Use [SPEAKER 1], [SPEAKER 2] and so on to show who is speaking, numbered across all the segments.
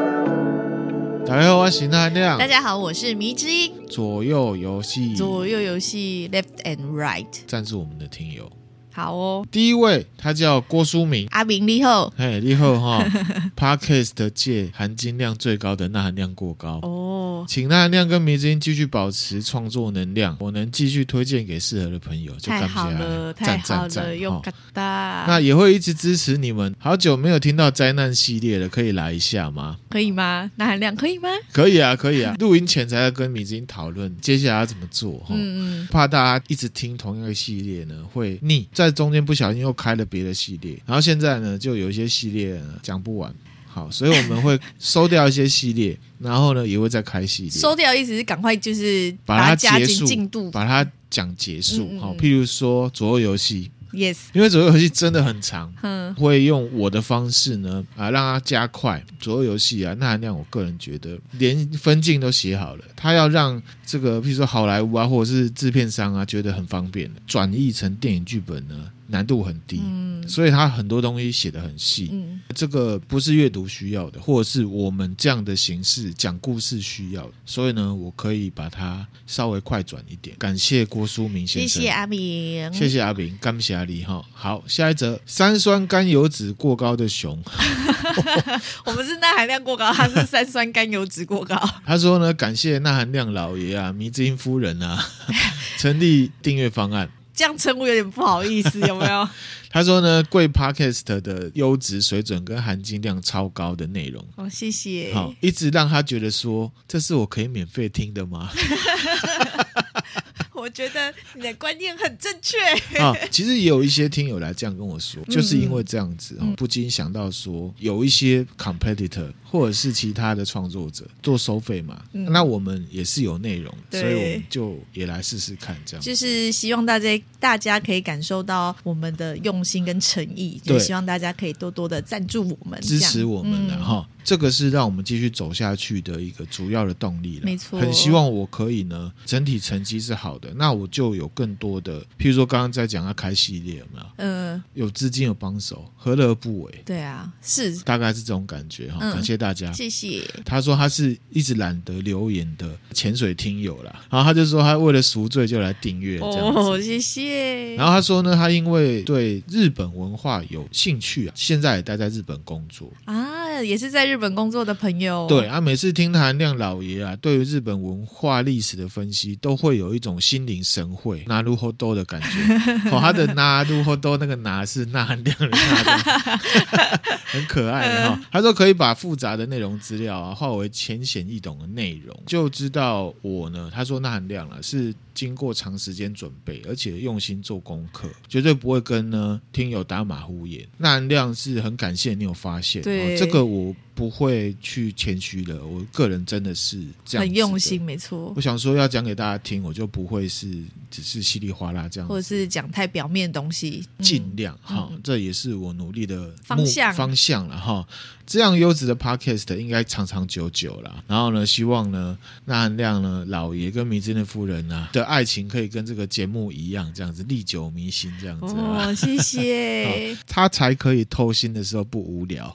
[SPEAKER 1] 大家好，嗯我是韩亮
[SPEAKER 2] 大，家好，我是迷之音，
[SPEAKER 1] 左右游戏
[SPEAKER 2] 左右游戏 Left and Right。
[SPEAKER 1] 赞助我们的听友。
[SPEAKER 2] 好哦，
[SPEAKER 1] 第一位，他叫郭书明，
[SPEAKER 2] 阿明你好。
[SPEAKER 1] 嘿，厉害哈！Podcast 界含金量最高的钠含量过高。
[SPEAKER 2] 哦，
[SPEAKER 1] 请那含量跟迷之音继续保持创作能量，我能继续推荐给适合的朋友，就
[SPEAKER 2] 太
[SPEAKER 1] 感谢啊
[SPEAKER 2] 好了，太
[SPEAKER 1] 赞
[SPEAKER 2] 好
[SPEAKER 1] 赞
[SPEAKER 2] 了，
[SPEAKER 1] 赞！
[SPEAKER 2] 用
[SPEAKER 1] 哦
[SPEAKER 2] 嘎达，
[SPEAKER 1] 那也会一直支持你们。好久没有听到灾难系列了，可以来一下吗？
[SPEAKER 2] 可以吗？那含量可以吗？
[SPEAKER 1] 可以啊，可以啊。录音前才要跟米子英讨论接下来要怎么做哈。
[SPEAKER 2] 嗯嗯，
[SPEAKER 1] 怕大家一直听同样的系列呢，会腻，在中间不小心又开了别的系列，然后现在呢，就有一些系列呢讲不完，好，所以我们会收掉一些系列， 然后呢也会再开系列，
[SPEAKER 2] 收掉意思是赶快就是
[SPEAKER 1] 把它
[SPEAKER 2] 加
[SPEAKER 1] 结
[SPEAKER 2] 紧
[SPEAKER 1] 束
[SPEAKER 2] 进度。
[SPEAKER 1] 把它讲结束
[SPEAKER 2] 嗯嗯。
[SPEAKER 1] 好、
[SPEAKER 2] 嗯
[SPEAKER 1] 譬如说左右游戏，
[SPEAKER 2] Yes，
[SPEAKER 1] 因为左右游戏真的很长，
[SPEAKER 2] 嗯，
[SPEAKER 1] 会用我的方式呢啊，让它加快左右游戏啊，那含量我个人觉得连分镜都写好了，它要让这个譬如说好莱坞啊，或者是制片商啊，觉得很方便，转译成电影剧本呢难度很低。
[SPEAKER 2] 嗯
[SPEAKER 1] 所以它很多东西写得很细，
[SPEAKER 2] 嗯
[SPEAKER 1] 这个不是阅读需要的，或者是我们这样的形式讲故事需要的。所以呢，我可以把它稍微快转一点。感谢郭书明先
[SPEAKER 2] 谢
[SPEAKER 1] 生，
[SPEAKER 2] 谢阿明，
[SPEAKER 1] 谢谢阿炳，感谢阿里哈。好，下一则，三酸甘油脂过高的熊，
[SPEAKER 2] 我们是钠含量过高，它是三酸甘油脂过高。
[SPEAKER 1] 他说呢，感谢那含亮老爷啊，迷之音夫人啊， 成立订阅方案。
[SPEAKER 2] 这样称呼有点不好意思，有没有？
[SPEAKER 1] 他说呢，贵 Podcast 的优质水准跟含金量超高的内容，
[SPEAKER 2] 哦，谢谢。
[SPEAKER 1] 好，一直让他觉得说，这是我可以免费听的吗？
[SPEAKER 2] 我觉得你的观念很正确。
[SPEAKER 1] 啊，其实也有一些听友来这样跟我说，
[SPEAKER 2] 嗯
[SPEAKER 1] 就是因为这样子，哦、不禁想到说，有一些 competitor 或者是其他的创作者做收费嘛，
[SPEAKER 2] 嗯
[SPEAKER 1] 那我们也是有内容，所
[SPEAKER 2] 对
[SPEAKER 1] 以我们就也来试试看这样。
[SPEAKER 2] 就是希望大家大家可以感受到我们的用心跟诚意，就
[SPEAKER 1] 对
[SPEAKER 2] 是希望大家可以多多的赞助我们，
[SPEAKER 1] 支
[SPEAKER 2] 这
[SPEAKER 1] 持
[SPEAKER 2] 样
[SPEAKER 1] 我们的、
[SPEAKER 2] 嗯
[SPEAKER 1] 哈、这个是让我们继续走下去的一个主要的动力了。
[SPEAKER 2] 没错
[SPEAKER 1] 很希望我可以呢，整体成绩是好的，那我就有更多的，譬如说刚刚在讲要开系列有没有？
[SPEAKER 2] 嗯、
[SPEAKER 1] 有资金有帮手，何乐而不为？
[SPEAKER 2] 对啊，是，
[SPEAKER 1] 大概是这种感觉哈、
[SPEAKER 2] 嗯
[SPEAKER 1] 感谢大家。
[SPEAKER 2] 谢谢。
[SPEAKER 1] 他说他是一直懒得留言的潜水听友啦，然后他就说他为了赎罪就来订阅这样子。
[SPEAKER 2] 哦，谢谢。
[SPEAKER 1] 然后他说呢，他因为对日本文化有兴趣啊，现在也待在日本工作。
[SPEAKER 2] 啊，也是在日本工作的朋友，
[SPEAKER 1] 对，啊，每次听韩亮老爷啊，对于日本文化历史的分析，都会有一种心领神会、拿路后多的感觉。哦，他的拿路后多那个拿是那含量的那的，很可爱哈、
[SPEAKER 2] 嗯
[SPEAKER 1] 他说可以把复杂的内容资料啊，化为浅显易懂的内容，就知道我呢。他说那含量啊，是经过长时间准备，而且用心做功课，绝对不会跟呢听友打马虎眼。那含量是很感谢你有发现，
[SPEAKER 2] 对
[SPEAKER 1] 哦、这个我不会去谦虚了，我个人真的是这样
[SPEAKER 2] 很用
[SPEAKER 1] 子的
[SPEAKER 2] 心，。没错
[SPEAKER 1] 我，想说要讲给大家听，我就不会是只是稀里哗啦这样子
[SPEAKER 2] 或者是讲太表面的东西，嗯
[SPEAKER 1] 尽量哈、
[SPEAKER 2] 嗯
[SPEAKER 1] 这也是我努力的目
[SPEAKER 2] 方向
[SPEAKER 1] 方向了哈。这样优质的 podcast 应该长长久久啦。然后呢，希望呢，那含亮呢，老爷跟迷之的夫人啊的爱情可以跟这个节目一样，这样子历久弥新，这样子啊、
[SPEAKER 2] 哦，谢 谢。
[SPEAKER 1] 他才可以偷心的时候不无 聊。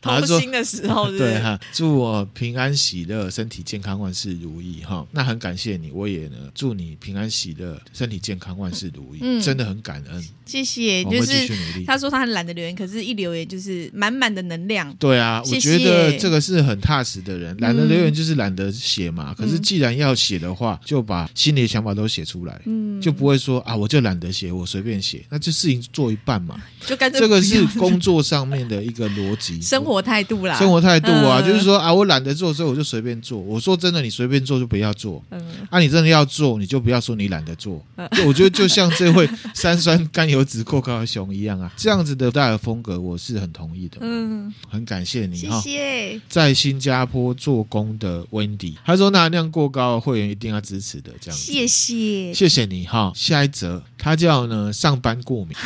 [SPEAKER 2] 偷
[SPEAKER 1] 他说
[SPEAKER 2] 心的时候是不是，
[SPEAKER 1] 对哈，祝我平安喜乐，身体健康，万事如意哈。那很感谢你，我也呢祝你平安喜乐，身体健康，万事如意，
[SPEAKER 2] 嗯
[SPEAKER 1] 真的很感恩，
[SPEAKER 2] 谢谢。
[SPEAKER 1] 我
[SPEAKER 2] 就
[SPEAKER 1] 会继续
[SPEAKER 2] 是
[SPEAKER 1] 努力。
[SPEAKER 2] 他说他很懒得留言，可是一留言就是满满的能量，
[SPEAKER 1] 对啊，我
[SPEAKER 2] 谢
[SPEAKER 1] 觉
[SPEAKER 2] 谢
[SPEAKER 1] 得这个是很踏实的人，懒得
[SPEAKER 2] 嗯
[SPEAKER 1] 留言就是懒得写嘛。可是既然要写的话，就把心里的想法都写出来，
[SPEAKER 2] 嗯，
[SPEAKER 1] 就不会说啊，我就懒得写，我随便写，那就事情做一半嘛。
[SPEAKER 2] 就干脆
[SPEAKER 1] 这个
[SPEAKER 2] 不
[SPEAKER 1] 是
[SPEAKER 2] 要
[SPEAKER 1] 工作上面的一个逻辑，
[SPEAKER 2] 生活态度啦，
[SPEAKER 1] 生活态度啊，
[SPEAKER 2] 嗯
[SPEAKER 1] 就是说啊，我懒得做，所以我就随便做。我说真的，你随便做就不要做。
[SPEAKER 2] 嗯，
[SPEAKER 1] 啊，你真的要做，你就不要说你懒得做。就我觉得就像这位三酸甘油脂过高的熊一样啊，这样子的戴尔风格我是很同意的，
[SPEAKER 2] 嗯，
[SPEAKER 1] 很感谢你
[SPEAKER 2] 谢
[SPEAKER 1] 哈。
[SPEAKER 2] 谢，
[SPEAKER 1] 在新加坡做工的 Wendy，他说那含量过高的会员一定要支持的，这样子。
[SPEAKER 2] 谢谢，
[SPEAKER 1] 谢谢你哈。下一则他叫呢上班过敏，。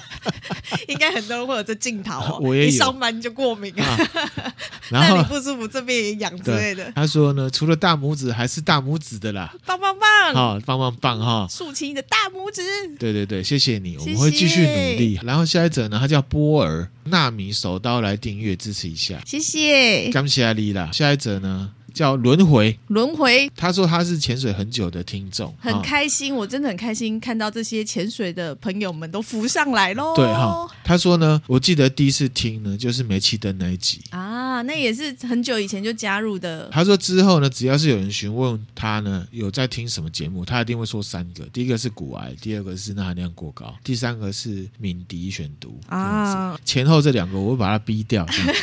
[SPEAKER 2] 应该很多人会有这镜头、哦
[SPEAKER 1] 我也有
[SPEAKER 2] 一上班就过敏啊，
[SPEAKER 1] 然
[SPEAKER 2] 那
[SPEAKER 1] 后
[SPEAKER 2] 你不舒服这边也痒之类
[SPEAKER 1] 对
[SPEAKER 2] 的，
[SPEAKER 1] 他说呢，除了大拇指还是大拇指的啦，
[SPEAKER 2] 棒棒棒，
[SPEAKER 1] 好、棒棒棒哈、
[SPEAKER 2] 竖起你的大拇指。
[SPEAKER 1] 对对对，谢谢你，我
[SPEAKER 2] 谢
[SPEAKER 1] 们
[SPEAKER 2] 谢
[SPEAKER 1] 会继续努力。然后下一则呢，它叫波儿纳米手刀来订阅支持一下，
[SPEAKER 2] 谢谢
[SPEAKER 1] 感谢你啦。下一则呢叫轮回，
[SPEAKER 2] 轮回，
[SPEAKER 1] 他说他是潜水很久的听众，
[SPEAKER 2] 很
[SPEAKER 1] 啊
[SPEAKER 2] 开心，我真的很开心看到这些潜水的朋友们都浮上来喽。
[SPEAKER 1] 对哈、他说呢，我记得第一次听呢就是煤气灯那一集。
[SPEAKER 2] 啊，那也是很久以前就加 入的。
[SPEAKER 1] 他说之后呢，只要是有人询问他呢有在听什么节目，他一定会说三个：第一个是骨癌，第二个是钠含量过高，第三个是敏迪选读啊。这样子
[SPEAKER 2] 啊！
[SPEAKER 1] 前后这两个我会把它逼掉，这样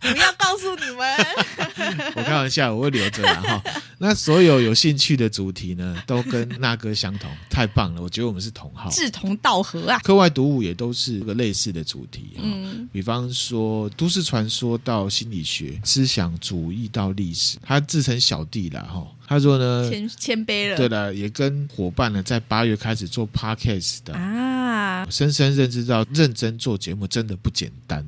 [SPEAKER 2] 不要告诉你们，
[SPEAKER 1] 我开玩笑，我会留着啦哈。那所有有兴趣的主题呢，都跟那哥相同，太棒了！我觉得我们是同好。
[SPEAKER 2] 志同道合啊！
[SPEAKER 1] 课外读物也都是这个类似的主题哈、
[SPEAKER 2] 嗯，
[SPEAKER 1] 比方说都市传说到心理学、思想主义到历史，他自称小弟啦哈。他说呢，
[SPEAKER 2] 谦谦卑了。
[SPEAKER 1] 对了，也跟伙伴呢在八月开始做 podcast 的。
[SPEAKER 2] 啊，
[SPEAKER 1] 深深认知到，认真做节目真的不简单。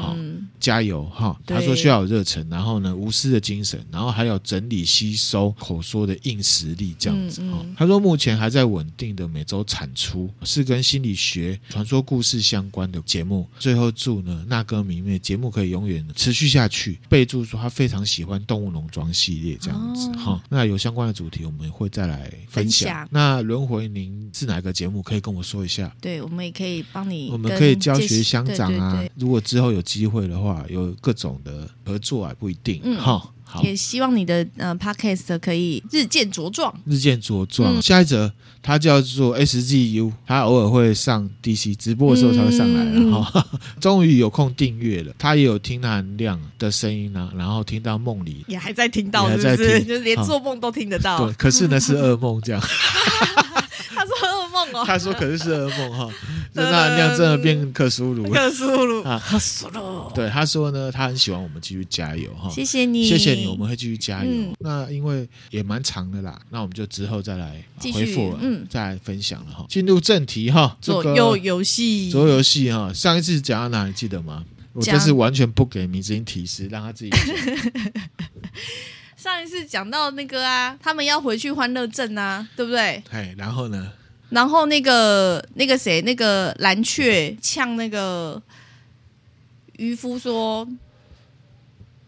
[SPEAKER 1] 好
[SPEAKER 2] 嗯，
[SPEAKER 1] 加油哈！
[SPEAKER 2] 对
[SPEAKER 1] 他说需要有热忱，然后呢无私的精神，然后还有整理吸收口说的硬实力这样子
[SPEAKER 2] 嗯嗯
[SPEAKER 1] 哈。他说目前还在稳定的每周产出，是跟心理学、传说故事相关的节目。最后祝呢那哥明妹节目可以永远持续下去。备注说他非常喜欢动物农庄系列这样子
[SPEAKER 2] 哦
[SPEAKER 1] 哈、那有相关的主题我们会再来分
[SPEAKER 2] 分
[SPEAKER 1] 享。
[SPEAKER 2] 享
[SPEAKER 1] 那轮回您是哪个节目？可以跟我说一下。
[SPEAKER 2] 对，我们也可以帮你
[SPEAKER 1] 我
[SPEAKER 2] 跟介，
[SPEAKER 1] 们可以教学乡长啊，
[SPEAKER 2] 对对
[SPEAKER 1] 如果之后有机会的话，有各种的合作啊，不一定
[SPEAKER 2] 嗯
[SPEAKER 1] 哈、好
[SPEAKER 2] 对，也希望你的呃 podcast 可以日渐茁壮。
[SPEAKER 1] 日渐茁壮。
[SPEAKER 2] 嗯
[SPEAKER 1] 下一则它叫做 SGU，它偶尔会上 DC 直播的时候才会上来
[SPEAKER 2] 嗯
[SPEAKER 1] 了哈、 终于有空订阅了，他也有听到含量的声音啊，然后听到梦里。
[SPEAKER 2] 也还在听到，
[SPEAKER 1] 也
[SPEAKER 2] 是
[SPEAKER 1] 还
[SPEAKER 2] 不
[SPEAKER 1] 在
[SPEAKER 2] 是？
[SPEAKER 1] 听
[SPEAKER 2] 就是连
[SPEAKER 1] 好
[SPEAKER 2] 做梦都听得到
[SPEAKER 1] 对。，可是呢是噩梦这样。
[SPEAKER 2] 他说噩梦 哦，
[SPEAKER 1] 他说可是是噩梦 哈，那含量真的变克苏鲁了。
[SPEAKER 2] 克苏鲁，
[SPEAKER 1] 啊
[SPEAKER 2] 克苏鲁，
[SPEAKER 1] 对，他说呢，他很喜欢我们继续加油哈。
[SPEAKER 2] 谢谢你，
[SPEAKER 1] 谢谢你，我们会继续加油。
[SPEAKER 2] 嗯
[SPEAKER 1] 那因为也蛮长的啦，那我们就之后再来啊
[SPEAKER 2] 继续
[SPEAKER 1] 回复了，
[SPEAKER 2] 嗯
[SPEAKER 1] 再来分享了哈。进入正题哈，这
[SPEAKER 2] 左
[SPEAKER 1] 个
[SPEAKER 2] 右游戏，
[SPEAKER 1] 左右游戏哈，上一次讲到哪里记得吗？我
[SPEAKER 2] 讲
[SPEAKER 1] 这次完全不给明子英提示，让他自 己讲
[SPEAKER 2] 上一次讲到那个啊，他们要回去欢乐镇啊，对不对？
[SPEAKER 1] 嘿，然后呢，
[SPEAKER 2] 然后那个那个谁，那个蓝雀呛那个渔夫说：“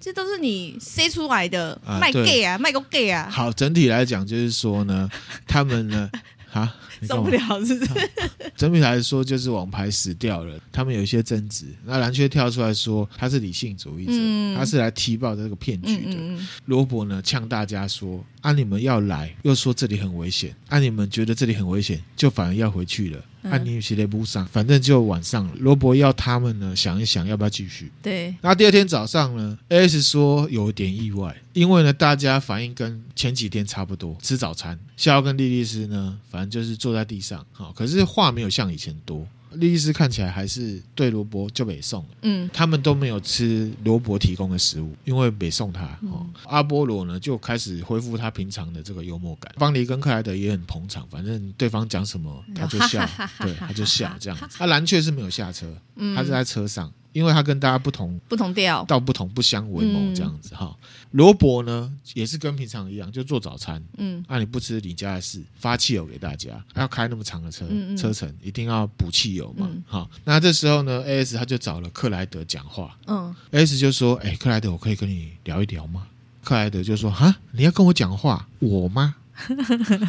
[SPEAKER 2] 这都是你塞出来的，
[SPEAKER 1] 啊
[SPEAKER 2] 卖
[SPEAKER 1] 对
[SPEAKER 2] gay 啊，卖个 gay 啊，
[SPEAKER 1] 好，整体来讲就是说 呢，他们呢，啊，你干
[SPEAKER 2] 受
[SPEAKER 1] 嘛
[SPEAKER 2] 不了是不是？
[SPEAKER 1] 整体来说就是网牌死掉了，他们有一些争执。那蓝雀跳出来说他是理性主义者，
[SPEAKER 2] 嗯
[SPEAKER 1] 他是来踢爆这个骗局
[SPEAKER 2] 嗯
[SPEAKER 1] 的。
[SPEAKER 2] 嗯嗯，
[SPEAKER 1] 罗伯呢呛大家说：“啊，你们要来，又说这里很危险；啊，你们觉得这里很危险，就反而要回去了。
[SPEAKER 2] 嗯
[SPEAKER 1] 啊，你们谁也不上，反正就晚上了。”罗伯要他们呢想一想，要不要继续？
[SPEAKER 2] 对，
[SPEAKER 1] 那第二天早上呢，AS 说有点意外，因为呢大家反应跟前几天差不多，吃早餐。夏奥跟莉莉丝呢，反正就是坐在地上，好、可是话没有像以前多。莉莉丝看起来还是对罗伯就北宋了。
[SPEAKER 2] 嗯
[SPEAKER 1] 他们都没有吃罗伯提供的食物，因为北送他。哦，阿波罗呢就开始恢复他平常的这个幽默感。邦尼跟克莱德也很捧场，反正对方讲什么他就笑，对，他就笑这样子。啊，蓝雀是没有下车，
[SPEAKER 2] 嗯，
[SPEAKER 1] 他是在车上，因为他跟大家不同
[SPEAKER 2] 不同调，
[SPEAKER 1] 道不同不相为谋这样子哈。罗伯呢也是跟平常一样，就做早餐。
[SPEAKER 2] 嗯
[SPEAKER 1] 啊，你不吃你家的事，发汽油给大家，啊要开那么长的车，
[SPEAKER 2] 嗯嗯
[SPEAKER 1] 车程一定要补汽油嘛
[SPEAKER 2] 嗯。
[SPEAKER 1] 好、那这时候呢，A S 他就找了克莱德讲话，
[SPEAKER 2] 嗯
[SPEAKER 1] S 就说：“哎、克莱德，我可以跟你聊一聊吗？”克莱德就说：“哈，你要跟我讲话，我吗？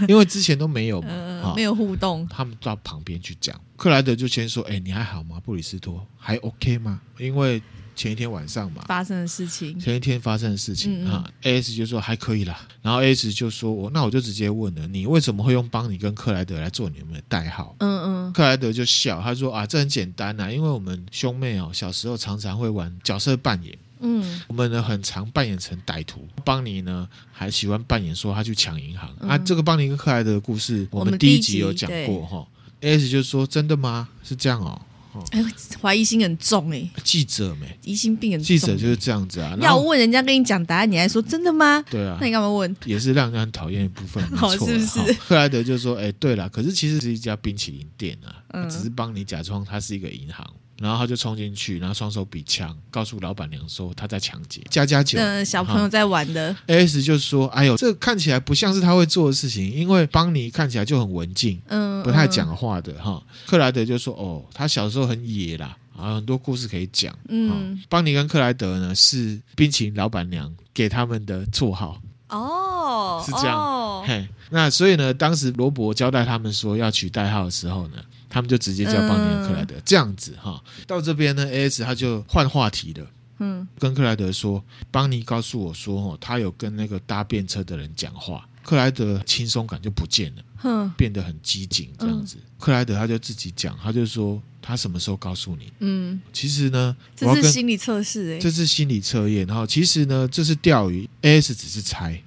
[SPEAKER 1] 因为之前都没有嘛，啊、
[SPEAKER 2] 呃，没有互动，
[SPEAKER 1] 他们到旁边去讲。克莱德就先说：‘哎、你还好吗，布里斯托？还 OK 吗？’因为前一天晚上嘛，
[SPEAKER 2] 发生的事情，
[SPEAKER 1] 前一天发生的事情
[SPEAKER 2] 嗯嗯嗯
[SPEAKER 1] 啊，S 就说还可以啦，然后 S 就说：‘我那我就直接问了，你为什么会用邦尼跟克莱德来做你们的代号？’
[SPEAKER 2] 嗯嗯
[SPEAKER 1] 克莱德就笑，他说：“啊，这很简单呐、因为我们兄妹哦，小时候常常会玩角色扮演，
[SPEAKER 2] 嗯
[SPEAKER 1] 我们呢很常扮演成歹徒。邦尼呢还喜欢扮演说他去抢银行、
[SPEAKER 2] 嗯
[SPEAKER 1] 啊。这个邦尼跟克莱德的故事，我
[SPEAKER 2] 我
[SPEAKER 1] 们
[SPEAKER 2] 们
[SPEAKER 1] 第一
[SPEAKER 2] 第一
[SPEAKER 1] 集
[SPEAKER 2] 集
[SPEAKER 1] 有讲过哈。S 就说：“真的吗？是这样哦。”哦
[SPEAKER 2] 哎，怀疑心很重哎、
[SPEAKER 1] 记者没，
[SPEAKER 2] 疑心病很重。
[SPEAKER 1] 记者就是这样子啊。然
[SPEAKER 2] 要
[SPEAKER 1] 后
[SPEAKER 2] 问人家跟你讲答案，你还说真的吗？
[SPEAKER 1] 对啊
[SPEAKER 2] 那，你干嘛问？
[SPEAKER 1] 也是让人很讨厌的部 分，没
[SPEAKER 2] 好
[SPEAKER 1] 错啦。
[SPEAKER 2] 哦是不是
[SPEAKER 1] 哈克莱德就说：“哎，对了，可是其实是一家冰淇淋店啊，
[SPEAKER 2] 嗯
[SPEAKER 1] 他只是帮你假装它是一个银行。”然后他就冲进去，然后双手比枪，告诉老板娘说他在抢劫，加加酒。
[SPEAKER 2] 嗯、小朋友在玩的，
[SPEAKER 1] S 就说：“哎呦，这看起来不像是他会做的事情，因为邦尼看起来就很文静，
[SPEAKER 2] 嗯，
[SPEAKER 1] 不太
[SPEAKER 2] 嗯，
[SPEAKER 1] 讲话的哈。”克莱德就说：“哦，他小时候很野啦，啊，很多故事可以讲。”嗯
[SPEAKER 2] 嗯，，
[SPEAKER 1] 邦尼跟克莱德呢是冰淇淋老板娘给他们的绰号。
[SPEAKER 2] 哦，
[SPEAKER 1] 是这样
[SPEAKER 2] 哦、
[SPEAKER 1] 嘿，那所以呢，当时罗伯交代他们说要取代号的时候呢，他们就直接叫邦尼和克莱德、这样子哈。到这边呢，A S 他就换话题了。
[SPEAKER 2] 嗯，
[SPEAKER 1] 跟克莱德说，邦尼告诉我说，哦，他有跟那个搭便车的人讲话。克莱德轻松感就不见了，
[SPEAKER 2] 哼，
[SPEAKER 1] 变得很机警这样
[SPEAKER 2] 嗯
[SPEAKER 1] 子。克莱德他就自己讲，他就说他什么时候告诉你？
[SPEAKER 2] 嗯，
[SPEAKER 1] 其实呢，我
[SPEAKER 2] 这
[SPEAKER 1] 要
[SPEAKER 2] 是
[SPEAKER 1] 跟
[SPEAKER 2] 心理测试哎
[SPEAKER 1] 这，是心理测验，然后其实呢，这是钓鱼，A S 只是猜。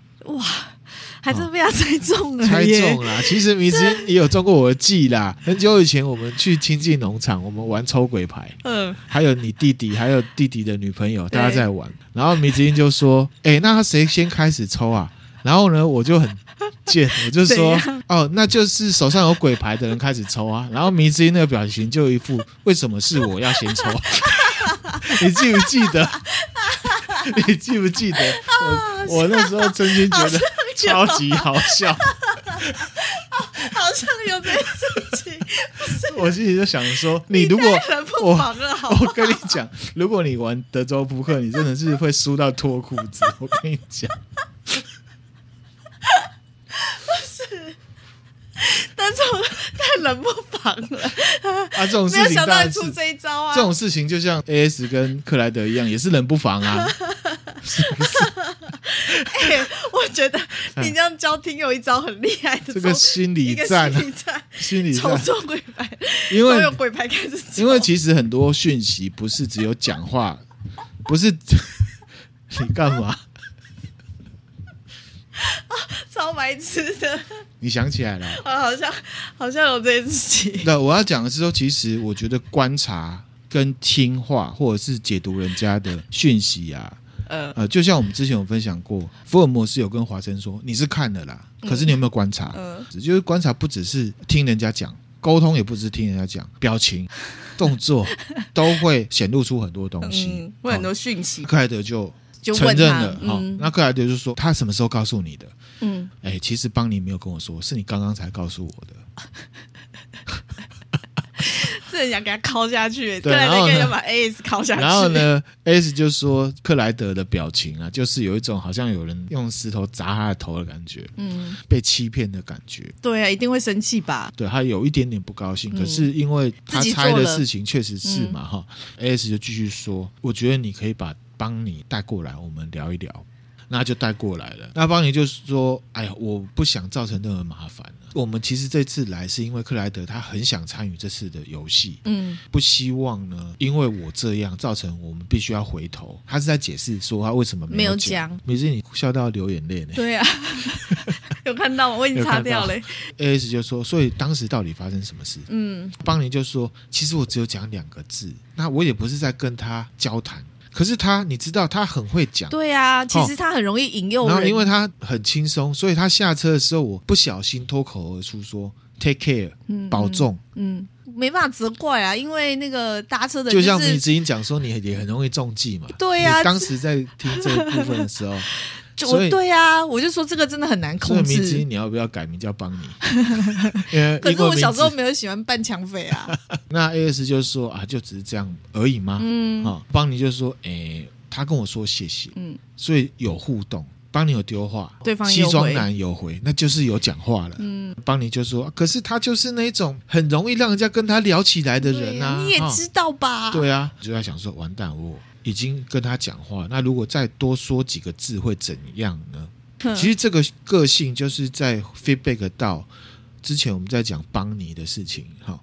[SPEAKER 2] 还真被他猜 中了
[SPEAKER 1] 猜
[SPEAKER 2] 耶
[SPEAKER 1] 中啦！其实迷之也有中过我的计啦。很久以前我们去亲近农场，我们玩抽鬼牌，
[SPEAKER 2] 嗯，
[SPEAKER 1] 还有你弟弟，还有弟弟的女朋友，
[SPEAKER 2] 对
[SPEAKER 1] 大家在玩。然后迷之音就说：“ 哎、那他谁先开始抽啊？”然后呢，我就很 贱，我就说
[SPEAKER 2] 怎：“
[SPEAKER 1] 哦，那就是手上有鬼牌的人开始抽啊。”然后迷之音那个表情就一副“为什么是我要先 抽？”你记不记得？你记不记得？我我那时候真心觉得超
[SPEAKER 2] 哦
[SPEAKER 1] 级好笑。
[SPEAKER 2] 好像有这件事 情，
[SPEAKER 1] 我心里就想 说，你如果
[SPEAKER 2] 很不
[SPEAKER 1] 我
[SPEAKER 2] 防了，好
[SPEAKER 1] 我跟你讲，如果你玩德州扑克，你真的是会输到脱裤子。 我跟你讲，
[SPEAKER 2] 但是我太冷不防了，
[SPEAKER 1] 啊，这种
[SPEAKER 2] 没
[SPEAKER 1] 事
[SPEAKER 2] 有
[SPEAKER 1] 情
[SPEAKER 2] 想
[SPEAKER 1] 当
[SPEAKER 2] 到你
[SPEAKER 1] 然是
[SPEAKER 2] 出这一招啊！
[SPEAKER 1] 这种事情，就像 A S 跟克莱德一样，也是冷不防 啊。
[SPEAKER 2] 哎、我觉得你这样教听友一招很厉害的，
[SPEAKER 1] 嗯这个
[SPEAKER 2] 从
[SPEAKER 1] 心理
[SPEAKER 2] 一个
[SPEAKER 1] 战啊
[SPEAKER 2] 心，理战，
[SPEAKER 1] 心理战
[SPEAKER 2] 从，做鬼牌，
[SPEAKER 1] 因为
[SPEAKER 2] 从有鬼牌开始抽，
[SPEAKER 1] 因为其实很多讯息不是只有讲话， 不是你干嘛？
[SPEAKER 2] 超白痴的，
[SPEAKER 1] 你想起来了？
[SPEAKER 2] 啊，好像好像有这件事情，
[SPEAKER 1] 那我要讲的是说，其实我觉得观察跟听话，或者是解读人家的讯息啊，
[SPEAKER 2] 呃，
[SPEAKER 1] 呃，就像我们之前有分享过，福尔摩斯有跟华生说，你是看了啦，可是你有没有观察？
[SPEAKER 2] 嗯
[SPEAKER 1] 就是观察不只是听人家讲，沟通也不只是听人家讲，表 情、动作都会显露出很多东西
[SPEAKER 2] 嗯，。会很
[SPEAKER 1] 哦
[SPEAKER 2] 多讯息，
[SPEAKER 1] 克莱德就
[SPEAKER 2] 就
[SPEAKER 1] 承
[SPEAKER 2] 问
[SPEAKER 1] 认
[SPEAKER 2] 他
[SPEAKER 1] 了，，好、
[SPEAKER 2] 嗯
[SPEAKER 1] 那克莱德就说他什么时候告诉你的？
[SPEAKER 2] 嗯，
[SPEAKER 1] 哎，其实邦尼没有跟我说，是你刚刚才告诉我的。
[SPEAKER 2] 这很想给他敲下
[SPEAKER 1] 对
[SPEAKER 2] 去，对，啊
[SPEAKER 1] 然后
[SPEAKER 2] 那
[SPEAKER 1] 呢
[SPEAKER 2] 个要把 A S 敲下去，
[SPEAKER 1] 然后？呢，S 就说克莱德的表情啊，就是有一种好像有人用石头砸他的头的感觉，
[SPEAKER 2] 嗯，
[SPEAKER 1] 被欺骗的感觉。
[SPEAKER 2] 对啊，一定会生气吧？
[SPEAKER 1] 对他有一点点不高兴，
[SPEAKER 2] 嗯
[SPEAKER 1] 可是因为他
[SPEAKER 2] 自己做
[SPEAKER 1] 猜的
[SPEAKER 2] 了嗯
[SPEAKER 1] 事情确实是嘛哈、s 就继续说，我觉得你可以把邦尼带过来，我们聊一聊。那就带过来了。那邦尼就说：“哎呀，我不想造成任何麻烦了。我们其实这次来是因为克莱德他很想参与这次的游戏，
[SPEAKER 2] 嗯
[SPEAKER 1] 不希望呢，因为我这样造成我们必须要回头。他是在解释说他为什么
[SPEAKER 2] 没有
[SPEAKER 1] 有
[SPEAKER 2] 讲。
[SPEAKER 1] 每次你笑到流眼泪呢，
[SPEAKER 2] 对啊， 有看到吗？我已经擦掉了。
[SPEAKER 1] ，A.S. 就说：所以当时到底发生什么事？
[SPEAKER 2] 嗯
[SPEAKER 1] 邦尼就说：“其实我只有讲两个字，那我也不是在跟他交谈，可是他，你知道，他很会讲，。
[SPEAKER 2] 对啊，其实他很容易引诱
[SPEAKER 1] 哦然后
[SPEAKER 2] 人，
[SPEAKER 1] 因为他很轻松，所以他下车的时候，我不小心脱口而出说 ‘take care’，、
[SPEAKER 2] 嗯
[SPEAKER 1] 保重。
[SPEAKER 2] 嗯，没办法责怪啊，因为那个搭车的
[SPEAKER 1] 就是像迷之音讲说，你也很容易中计嘛。
[SPEAKER 2] 对啊
[SPEAKER 1] 你当时在听这一部分的 时候，
[SPEAKER 2] 就
[SPEAKER 1] 所
[SPEAKER 2] 我
[SPEAKER 1] 以
[SPEAKER 2] 对啊，我就说这个真的很难
[SPEAKER 1] 所以
[SPEAKER 2] 控
[SPEAKER 1] 迷之
[SPEAKER 2] 制。
[SPEAKER 1] 音你要不要改名叫邦尼？因为
[SPEAKER 2] 可是
[SPEAKER 1] 英
[SPEAKER 2] 我
[SPEAKER 1] 文名
[SPEAKER 2] 小时候
[SPEAKER 1] 字
[SPEAKER 2] 没有喜欢扮抢匪 啊，
[SPEAKER 1] 那 A.S. 就说啊，就只是这样而已嘛。
[SPEAKER 2] 嗯
[SPEAKER 1] 啊、邦尼就说，诶、他跟我说谢谢，
[SPEAKER 2] 嗯
[SPEAKER 1] 所以有互动，邦尼有丢话，
[SPEAKER 2] 对方也
[SPEAKER 1] 西
[SPEAKER 2] 有回
[SPEAKER 1] 装男有回，那就是有讲话了。
[SPEAKER 2] 嗯，
[SPEAKER 1] 邦尼就说，啊可是他就是那种很容易让人家跟他聊起来的人
[SPEAKER 2] 对啊
[SPEAKER 1] 啊，
[SPEAKER 2] 你也
[SPEAKER 1] 哈
[SPEAKER 2] 知道吧？
[SPEAKER 1] 对啊，就在想说，完蛋，我已经跟他讲话，那如果再多说几个字会怎样呢？
[SPEAKER 2] 哼，
[SPEAKER 1] 其实这个个性就是在 feedback 到之前我们在讲邦尼的事情，哈、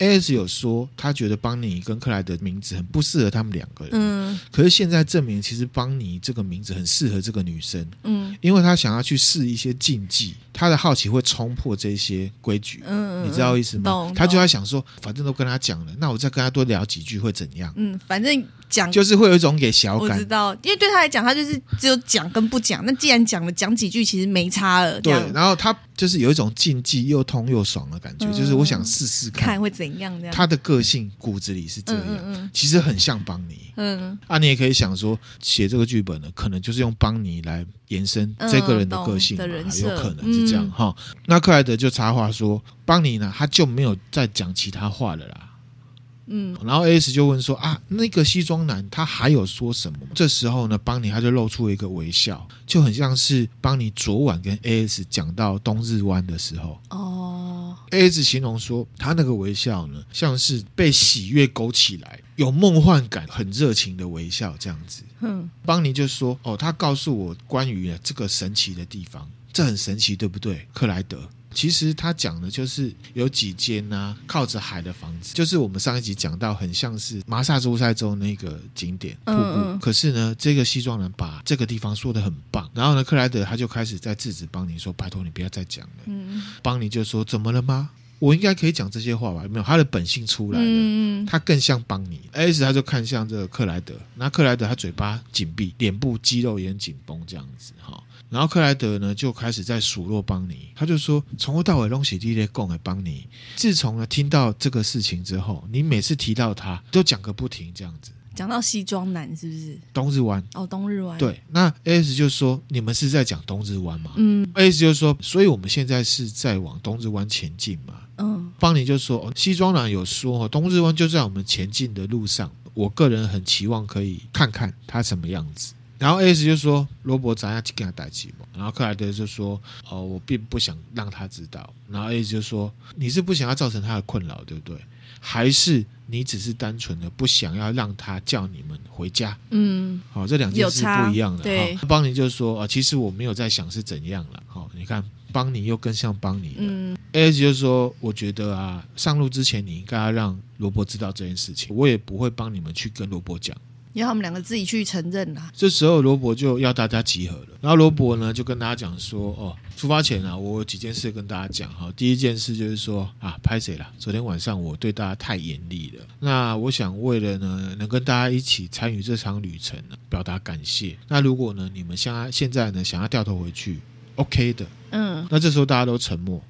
[SPEAKER 1] ，AS 有说他觉得邦尼跟克莱德名字很不适合他们两个人，
[SPEAKER 2] 嗯
[SPEAKER 1] 可是现在证明其实邦尼这个名字很适合这个女生，
[SPEAKER 2] 嗯
[SPEAKER 1] 因为她想要去试一些禁忌，她的好奇会冲破这些规矩。
[SPEAKER 2] 嗯，
[SPEAKER 1] 你知道意思吗
[SPEAKER 2] 懂？
[SPEAKER 1] 她就
[SPEAKER 2] 懂
[SPEAKER 1] 在想说，反正都跟她讲了，那我再跟她多聊几句会怎样？
[SPEAKER 2] 嗯，反正讲
[SPEAKER 1] 就是会有一种给小
[SPEAKER 2] 我知
[SPEAKER 1] 感。
[SPEAKER 2] 道，因为对他来讲，他就是只有讲跟不讲。那既然讲了，讲几句其实没差了，这
[SPEAKER 1] 对
[SPEAKER 2] 样，
[SPEAKER 1] 然后她就是有一种禁忌又痛又爽的感觉，
[SPEAKER 2] 嗯
[SPEAKER 1] 就是我想试试看。
[SPEAKER 2] 看会怎样这样。
[SPEAKER 1] 她的个性骨子里是这
[SPEAKER 2] 嗯
[SPEAKER 1] 样，
[SPEAKER 2] 嗯
[SPEAKER 1] 其实很像邦尼。
[SPEAKER 2] 嗯
[SPEAKER 1] 啊，你也可以想说，写这个剧本呢，可能就是用邦尼来延伸
[SPEAKER 2] 嗯
[SPEAKER 1] 这个人的个性嘛，
[SPEAKER 2] 懂的人
[SPEAKER 1] 有
[SPEAKER 2] 设
[SPEAKER 1] 可能是这样
[SPEAKER 2] 嗯
[SPEAKER 1] 哈、那克莱德就插话说，邦尼呢，他就没有再讲其他话了啦。
[SPEAKER 2] 嗯嗯
[SPEAKER 1] 然后 A S 就问说啊，那个西装男他还有说什么吗？这时候呢，邦尼他就露出一个微笑，就很像是邦尼昨晚跟 A S 讲到冬日湾的时候
[SPEAKER 2] 哦，
[SPEAKER 1] ，A S 形容说他那个微笑呢，像是被喜悦勾起来，有梦幻感，很热情的微笑这样子。
[SPEAKER 2] 哼，
[SPEAKER 1] 邦尼就说：“哦，他告诉我关于这个神奇的地方，这很神奇，对不对，克莱德？其实他讲的就是有几间呐、靠着海的房子，就是我们上一集讲到，很像是马萨诸塞州那个景点瀑
[SPEAKER 2] 嗯
[SPEAKER 1] 布。
[SPEAKER 2] 嗯
[SPEAKER 1] 可是呢，这个西装人把这个地方说的很棒，然后呢，克莱德他就开始在制止邦尼说：‘拜托你不要再讲了。
[SPEAKER 2] 嗯
[SPEAKER 1] 邦尼就说：‘怎么了吗？我应该可以讲这些话吧？’有没有，他的本性出来了。
[SPEAKER 2] 嗯嗯
[SPEAKER 1] 他更像邦尼，S 他就看向这个克莱德，那克莱德他嘴巴紧闭，脸部肌肉也很紧绷这样子哈。然后克莱德呢就开始在数落邦尼，他就说从头到尾拢是你在讲的邦尼。自从呢听到这个事情之后，你每次提到他都讲个不停这样子。
[SPEAKER 2] 讲到西装男是不是？
[SPEAKER 1] 冬日湾，
[SPEAKER 2] 哦，冬日湾，，
[SPEAKER 1] 对，那 S 就说你们是在讲冬日湾吗、
[SPEAKER 2] 嗯
[SPEAKER 1] s 就说，所以我们现在是在往冬日湾前进嘛。
[SPEAKER 2] 嗯
[SPEAKER 1] 邦尼就说，哦西装男有说，哦，冬日湾就在我们前进的路上。我个人很期望可以看看他什么样子。然后 S 就说，罗伯咱要去跟他打击嘛。然后克莱德就说，哦，我并不想让他知道。然后 S 就说，你是不想要造成他的困扰，对不对？还是你只是单纯的不想要让他叫你们回家？
[SPEAKER 2] 嗯，
[SPEAKER 1] 好、这两件
[SPEAKER 2] 有
[SPEAKER 1] 事
[SPEAKER 2] 差
[SPEAKER 1] 不一样的。
[SPEAKER 2] 对
[SPEAKER 1] 哈邦尼就说啊、其实我没有在想是怎样了。好、你看邦尼又更像邦尼了。
[SPEAKER 2] 嗯
[SPEAKER 1] A S 就说：“我觉得啊，上路之前你应该要让罗伯知道这件事情，我也不会帮你们去跟罗伯讲。
[SPEAKER 2] 要他们两个自己去承认啊啦。”
[SPEAKER 1] 这时候罗伯就要大家集合了，然后罗伯呢就跟大家讲说：“哦，出发前啊，我有几件事跟大家讲哈。第一件事就是说啊，拍谁啦？昨天晚上我对大家太严厉了。那我想为了呢，能跟大家一起参与这场旅程呢，表达感谢。那如果呢，你们现在现在呢想要掉头回去，OK 的，
[SPEAKER 2] 嗯
[SPEAKER 1] 那这时候大家都沉默。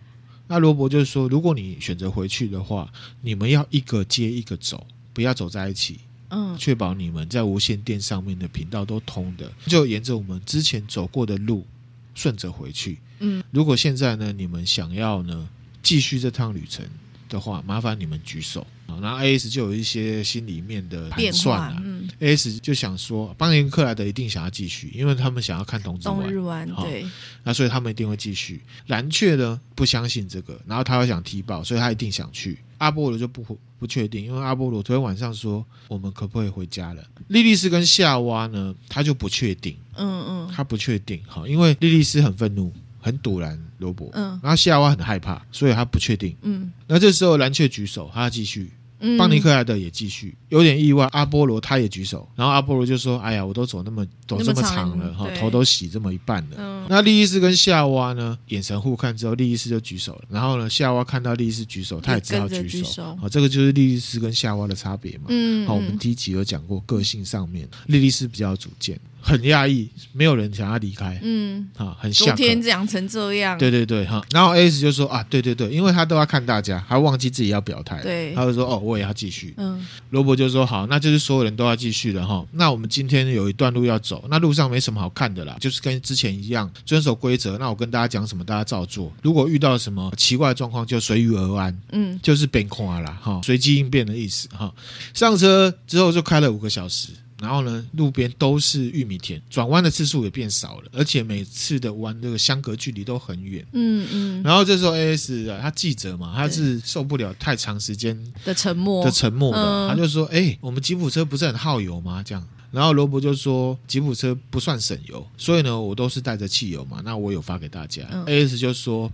[SPEAKER 1] 那罗伯就说：“如果你选择回去的话，你们要一个接一个走，不要走在一起，
[SPEAKER 2] 嗯
[SPEAKER 1] 确保你们在无线电上面的频道都通的，就沿着我们之前走过的路顺着回去。
[SPEAKER 2] 嗯，
[SPEAKER 1] 如果现在呢，你们想要呢继续这趟旅程的话，麻烦你们举手。好，那 A S 就有一些心里面的盘
[SPEAKER 2] 变
[SPEAKER 1] 算
[SPEAKER 2] 化
[SPEAKER 1] 啊，。
[SPEAKER 2] 嗯，
[SPEAKER 1] A S 就想说，邦尼跟克莱德一定想要继续，因为他们想要看同志
[SPEAKER 2] 冬
[SPEAKER 1] 玩
[SPEAKER 2] 日。湾，
[SPEAKER 1] 好
[SPEAKER 2] 对，
[SPEAKER 1] 那所以他们一定会继续。蓝雀呢不相信这个，然后他又想踢爆，所以他一定想去。阿波罗就不不确定，因为阿波罗昨天晚上说我们可不可以回家了。莉莉丝跟夏娃呢，他就不确定，
[SPEAKER 2] 嗯嗯
[SPEAKER 1] 他不确定哈，因为莉莉丝很愤怒，很堵拦罗伯，
[SPEAKER 2] 嗯
[SPEAKER 1] 然后夏娃很害怕，所以他不确定。
[SPEAKER 2] 嗯
[SPEAKER 1] 那这时候蓝雀举手，他要继续，
[SPEAKER 2] 嗯，
[SPEAKER 1] 邦尼克莱德也继续，有点意外。阿波罗他也举手，然后阿波罗就说：“哎呀，我都走那么走这么长了，
[SPEAKER 2] 那么长
[SPEAKER 1] 哈，
[SPEAKER 2] 对
[SPEAKER 1] 头都洗这么一半了。
[SPEAKER 2] 嗯
[SPEAKER 1] 那莉莉丝跟夏娃呢，眼神互看之后，莉莉丝就举手了。然后呢，夏娃看到莉莉丝举手，她也只好
[SPEAKER 2] 跟着
[SPEAKER 1] 举
[SPEAKER 2] 举
[SPEAKER 1] 手
[SPEAKER 2] 手。
[SPEAKER 1] 好，这个就是莉莉丝跟夏娃的差别嘛。哦
[SPEAKER 2] 嗯，
[SPEAKER 1] 好，我们
[SPEAKER 2] 嗯
[SPEAKER 1] 第一集有讲过个性上面，莉莉丝比较有主见，很压抑，没有人想要离开，
[SPEAKER 2] 嗯，
[SPEAKER 1] 啊，很
[SPEAKER 2] 昨
[SPEAKER 1] 下课。
[SPEAKER 2] 天讲成这样，
[SPEAKER 1] 对对对，哈，然后 S 就说啊，对对对，因为他都要看大家，他忘记自己要表态了，
[SPEAKER 2] 对
[SPEAKER 1] 他就说哦，我也要继续，
[SPEAKER 2] 嗯
[SPEAKER 1] 罗伯就说：“好，那就是所有人都要继续了哈。那我们今天有一段路要走，那路上没什么好看的啦，就是跟之前一样遵守规则。那我跟大家讲什么，大家照做。如果遇到什么奇怪的状况，就随遇而安，
[SPEAKER 2] 嗯
[SPEAKER 1] 就是变化啦哈，随机应变的意思哈。上车之后就开了五个小时。”然后呢，路边都是玉米田，转弯的次数也变少了，而且每次的弯这个相隔距离都很远。
[SPEAKER 2] 嗯嗯
[SPEAKER 1] 然后这时候 A S 啊，他记者嘛，他是受不了太长时间
[SPEAKER 2] 的沉默
[SPEAKER 1] 的，沉默了。
[SPEAKER 2] 嗯
[SPEAKER 1] 他就说：“哎、我们吉普车不是很耗油吗？”这样，然后罗伯就说：“吉普车不算省油，所以呢，我都是带着汽油嘛。那我有发给大家。
[SPEAKER 2] 嗯
[SPEAKER 1] A S 就说：“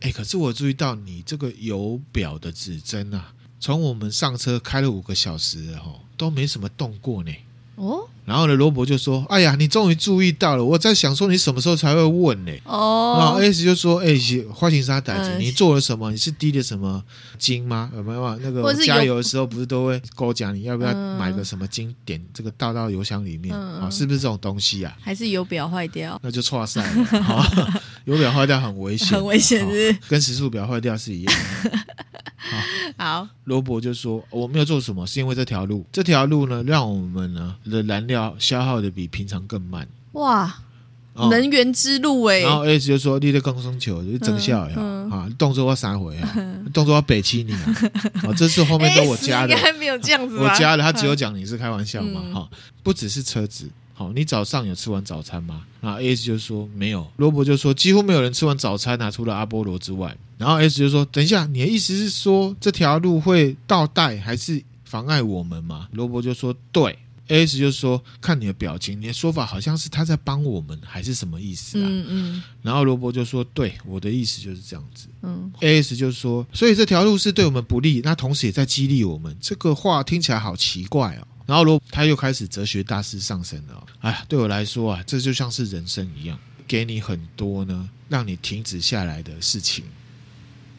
[SPEAKER 1] 哎、可是我注意到你这个油表的指针啊。”从我们上车开了五个小时了哈，都没什么动过呢。
[SPEAKER 2] 哦
[SPEAKER 1] 然后呢，罗伯就说：“哎呀，你终于注意到了，我在想说你什么时候才会问呢、然后
[SPEAKER 2] 哦，
[SPEAKER 1] S 就说：“哎、花型沙胆子，
[SPEAKER 2] 嗯
[SPEAKER 1] 你做了什么？你是滴了什么精吗？有没有啊那个
[SPEAKER 2] 或
[SPEAKER 1] 我
[SPEAKER 2] 者是
[SPEAKER 1] 加
[SPEAKER 2] 油
[SPEAKER 1] 油的时候不是都会勾讲你要不要
[SPEAKER 2] 嗯
[SPEAKER 1] 买个什么精点这个倒到油箱里面啊？
[SPEAKER 2] 嗯嗯
[SPEAKER 1] 是不是这种东西啊？
[SPEAKER 2] 还是油表坏掉，
[SPEAKER 1] 那就错赛 了，好油表坏掉很危险，
[SPEAKER 2] 很危险
[SPEAKER 1] 好
[SPEAKER 2] 是
[SPEAKER 1] 跟时速表坏掉是一样的。”
[SPEAKER 2] 好，
[SPEAKER 1] 罗伯就说：“哦我没有做什么，是因为这条路，这条路呢，让我们呢的燃料消耗的比平常更慢。
[SPEAKER 2] 哇，
[SPEAKER 1] 哦
[SPEAKER 2] 能源之路哎、
[SPEAKER 1] 然后 S 就说：“你在更生球，就是整笑呀，
[SPEAKER 2] 嗯嗯
[SPEAKER 1] 啊，动作我三回 啊，动作我北七你啊，啊，这次后面都我加的
[SPEAKER 2] 应，该没有这样子
[SPEAKER 1] 我
[SPEAKER 2] 吧？
[SPEAKER 1] 加的，他只有讲你是开玩笑嘛，
[SPEAKER 2] 嗯
[SPEAKER 1] 哈、不只是车子。”好，你早上有吃完早餐吗？啊，S 就说没有，罗伯就说几乎没有人吃完早餐啊，除了阿波罗之外。然后 S 就说，等一下，你的意思是说这条路会倒带还是妨碍我们吗？罗伯就说对，S 就说看你的表情，你的说法好像是他在帮我们，还是什么意思啊？
[SPEAKER 2] 嗯嗯
[SPEAKER 1] 然后罗伯就说：“对，我的意思就是这样子。
[SPEAKER 2] 嗯，
[SPEAKER 1] ”A.S. 就说：“所以这条路是对我们不利，那同时也在激励我们。”这个话听起来好奇怪哦。然后罗他又开始哲学大师上身了、哦。哎呀，对我来说啊，这就像是人生一样，给你很多呢，让你停止下来的事情，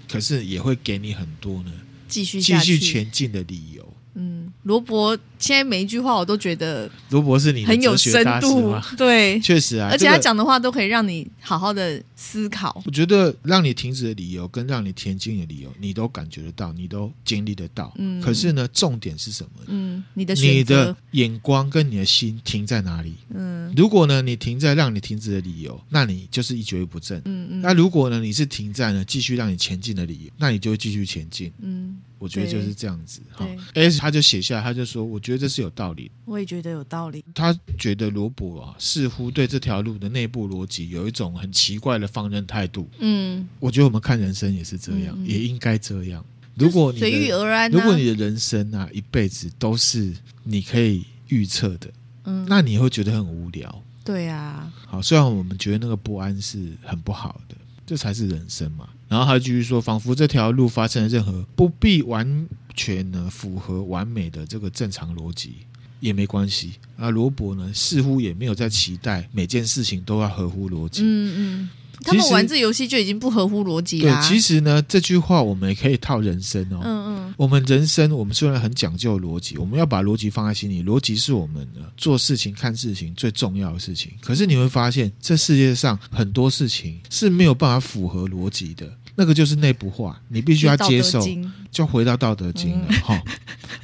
[SPEAKER 1] 可是也会给你很多呢，
[SPEAKER 2] 继续
[SPEAKER 1] 继
[SPEAKER 2] 下去
[SPEAKER 1] 续前进的理由。
[SPEAKER 2] 嗯，罗伯现在每一句话我都觉得
[SPEAKER 1] 罗伯是你的
[SPEAKER 2] 很有
[SPEAKER 1] 哲学
[SPEAKER 2] 深
[SPEAKER 1] 大师
[SPEAKER 2] 度
[SPEAKER 1] 吗？，
[SPEAKER 2] 对，
[SPEAKER 1] 确实啊，
[SPEAKER 2] 而且
[SPEAKER 1] 这个
[SPEAKER 2] 他讲的话都可以让你好好的思考。
[SPEAKER 1] 我觉得让你停止的理由跟让你前进的理由，你都感觉得到，你都经历得到。
[SPEAKER 2] 嗯
[SPEAKER 1] 可是呢，重点是什么？
[SPEAKER 2] 嗯，你的
[SPEAKER 1] 你
[SPEAKER 2] 选择
[SPEAKER 1] 的，眼光跟你的心停在哪里？
[SPEAKER 2] 嗯
[SPEAKER 1] 如果呢，你停在让你停止的理由，那你就是一蹶不振。
[SPEAKER 2] 嗯嗯
[SPEAKER 1] 那如果呢，你是停在呢继续让你前进的理由，那你就会继续前进。
[SPEAKER 2] 嗯，
[SPEAKER 1] 我觉得就
[SPEAKER 2] 对
[SPEAKER 1] 是这样子哈
[SPEAKER 2] 对。
[SPEAKER 1] S 他就写下来，他就说，我觉得这是有道理的
[SPEAKER 2] 我也觉得有道理。
[SPEAKER 1] 他觉得罗伯啊，似乎对这条路的内部逻辑有一种很奇怪的放任态度。
[SPEAKER 2] 嗯，
[SPEAKER 1] 我觉得我们看人生也是这样，
[SPEAKER 2] 嗯嗯
[SPEAKER 1] 也应该这样。如果你
[SPEAKER 2] 随遇
[SPEAKER 1] 的
[SPEAKER 2] 而安、啊，
[SPEAKER 1] 如果你的人生啊一辈子都是你可以预测的，
[SPEAKER 2] 嗯，
[SPEAKER 1] 那你会觉得很无聊。
[SPEAKER 2] 对啊，
[SPEAKER 1] 好，虽然我们觉得那个不安是很不好的，这才是人生嘛。然后他继续说，仿佛这条路发生了任何不必完全呢符合完美的这个正常逻辑也没关系。啊，罗伯呢似乎也没有在期待每件事情都要合乎逻辑。
[SPEAKER 2] 嗯嗯，
[SPEAKER 1] 其实
[SPEAKER 2] 他们玩这游戏就已经不合乎逻辑
[SPEAKER 1] 对
[SPEAKER 2] 啦。，
[SPEAKER 1] 其实呢这句话我们也可以套人生哦。
[SPEAKER 2] 啊嗯嗯
[SPEAKER 1] 我们人生，我们虽然很讲究逻辑，我们要把逻辑放在心里，逻辑是我们呃做事情、看事情最重要的事情。可是你会发现，这世界上很多事情是没有办法符合逻辑的，那个就是内部化，你必须要接受
[SPEAKER 2] 道德。经
[SPEAKER 1] 就回到《道德经》了哈、啊，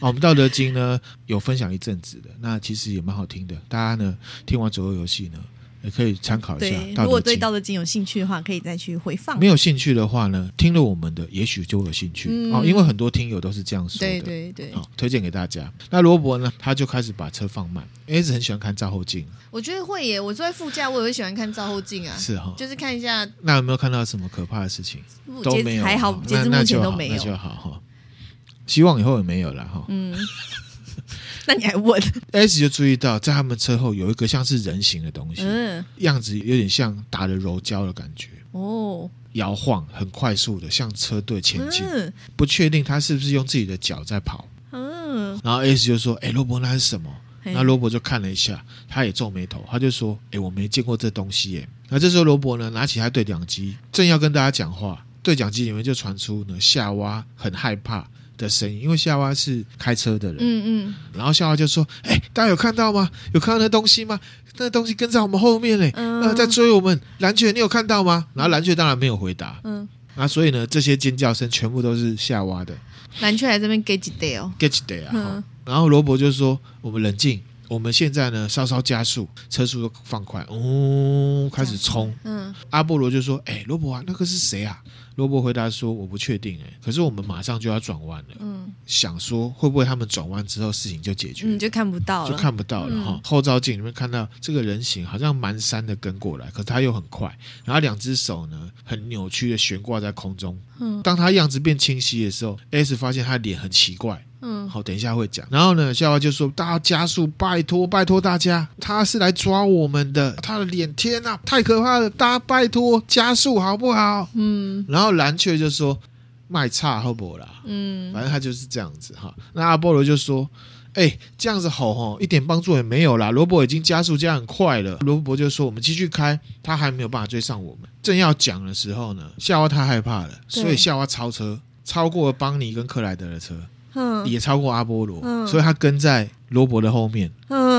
[SPEAKER 1] 我们《道德经》呢有分享一阵子的，那其实也蛮好听的，大家呢听完左右游戏呢，也可以参考一下
[SPEAKER 2] 对，
[SPEAKER 1] 《
[SPEAKER 2] 如
[SPEAKER 1] 道
[SPEAKER 2] 果
[SPEAKER 1] 德
[SPEAKER 2] 对
[SPEAKER 1] 经》。
[SPEAKER 2] 《道德经》有兴趣的话，可以再去回放。
[SPEAKER 1] 没有兴趣的话呢，听了我们的，也许就会有兴趣、
[SPEAKER 2] 嗯
[SPEAKER 1] 哦，因为很多听友都是这样说的。哦
[SPEAKER 2] 对对对，
[SPEAKER 1] 好，推荐给大家。那罗伯呢，他就开始把车放慢，因为一直很喜欢看照后镜，
[SPEAKER 2] 我觉得会耶。我坐在副驾，我也会喜欢看照后镜啊，
[SPEAKER 1] 是哈。
[SPEAKER 2] 就是看一下，
[SPEAKER 1] 那有没有看到什么可怕的事情？
[SPEAKER 2] 目
[SPEAKER 1] 都
[SPEAKER 2] 截
[SPEAKER 1] 没有，
[SPEAKER 2] 还好
[SPEAKER 1] 哈，
[SPEAKER 2] 截
[SPEAKER 1] 那
[SPEAKER 2] 至
[SPEAKER 1] 那
[SPEAKER 2] 目
[SPEAKER 1] 就
[SPEAKER 2] 前
[SPEAKER 1] 好
[SPEAKER 2] 都没
[SPEAKER 1] 那就
[SPEAKER 2] 有。
[SPEAKER 1] 好哈。希望以后也没有了哈。
[SPEAKER 2] 嗯， 那你还问？
[SPEAKER 1] S 就注意到，在他们车后有一个像是人形的东西，
[SPEAKER 2] 嗯，
[SPEAKER 1] 样子有点像打了柔焦的感觉，
[SPEAKER 2] 哦，
[SPEAKER 1] 摇晃，很快速的向车队前进。
[SPEAKER 2] 嗯
[SPEAKER 1] 不确定他是不是用自己的脚在跑。
[SPEAKER 2] 嗯，
[SPEAKER 1] 然后 S 就说：“哎，罗伯，那是什么？”
[SPEAKER 2] 嘿
[SPEAKER 1] 那罗伯就看了一下，他也皱眉头，他就说：“哎、我没见过这东西耶。”那这时候罗伯呢，拿起他对讲机，正要跟大家讲话，对讲机里面就传出呢夏娃很害怕的声音，因为夏娃是开车的人。
[SPEAKER 2] 嗯
[SPEAKER 1] 然后夏娃就说：“哎、大家有看到吗？有看到那东西吗？那东西跟在我们后面嘞，
[SPEAKER 2] 嗯
[SPEAKER 1] 呃，在追我们。蓝雀，你有看到吗？”然后蓝雀当然没有回答。
[SPEAKER 2] 嗯，
[SPEAKER 1] 那所以呢，这些尖叫声全部都是夏娃的。
[SPEAKER 2] 蓝雀来这边给几 day 哦，
[SPEAKER 1] get day 啊。
[SPEAKER 2] 嗯
[SPEAKER 1] 哈然后罗伯就说：“我们冷静，我们现在呢稍稍加速，车速都放快，哦，开始冲。
[SPEAKER 2] 嗯”
[SPEAKER 1] 阿波罗就说：“哎、罗伯啊，那个是谁啊？”罗伯回答说：“我不确定哎、可是我们马上就要转弯了，
[SPEAKER 2] 嗯，
[SPEAKER 1] 想说会不会他们转弯之后事情就解决了
[SPEAKER 2] 你嗯就看不到
[SPEAKER 1] 就
[SPEAKER 2] 了，
[SPEAKER 1] 看不到了
[SPEAKER 2] 嗯
[SPEAKER 1] 哈、后照镜里面看到这个人形好像蹒跚的跟过来，可是他又很快，然后两只手呢很扭曲的悬挂在空中。
[SPEAKER 2] 嗯
[SPEAKER 1] 当他样子变清晰的时候，S 发现他脸很奇怪，
[SPEAKER 2] 嗯
[SPEAKER 1] 好，等一下会讲。然后呢，夏娃就说：“大家加速，拜托，拜托大家，他是来抓我们的，他的脸，天呐，太可怕了，大家拜托加速好不好
[SPEAKER 2] 嗯？”
[SPEAKER 1] 然后蓝雀就说：“卖差好不好啦？
[SPEAKER 2] 嗯，
[SPEAKER 1] 反正他就是这样子哈。那阿波罗就说：“哎、这样子吼吼，一点帮助也没有啦。罗伯已经加速加很快了。”罗伯就说：“我们继续开，他还没有办法追上我们。”正要讲的时候呢，夏娃太害怕了，
[SPEAKER 2] 对
[SPEAKER 1] 所以夏娃超车，超过了邦尼跟克莱德的车，
[SPEAKER 2] 嗯
[SPEAKER 1] 也超过阿波罗，
[SPEAKER 2] 嗯
[SPEAKER 1] 所以他跟在罗伯的后面。
[SPEAKER 2] 嗯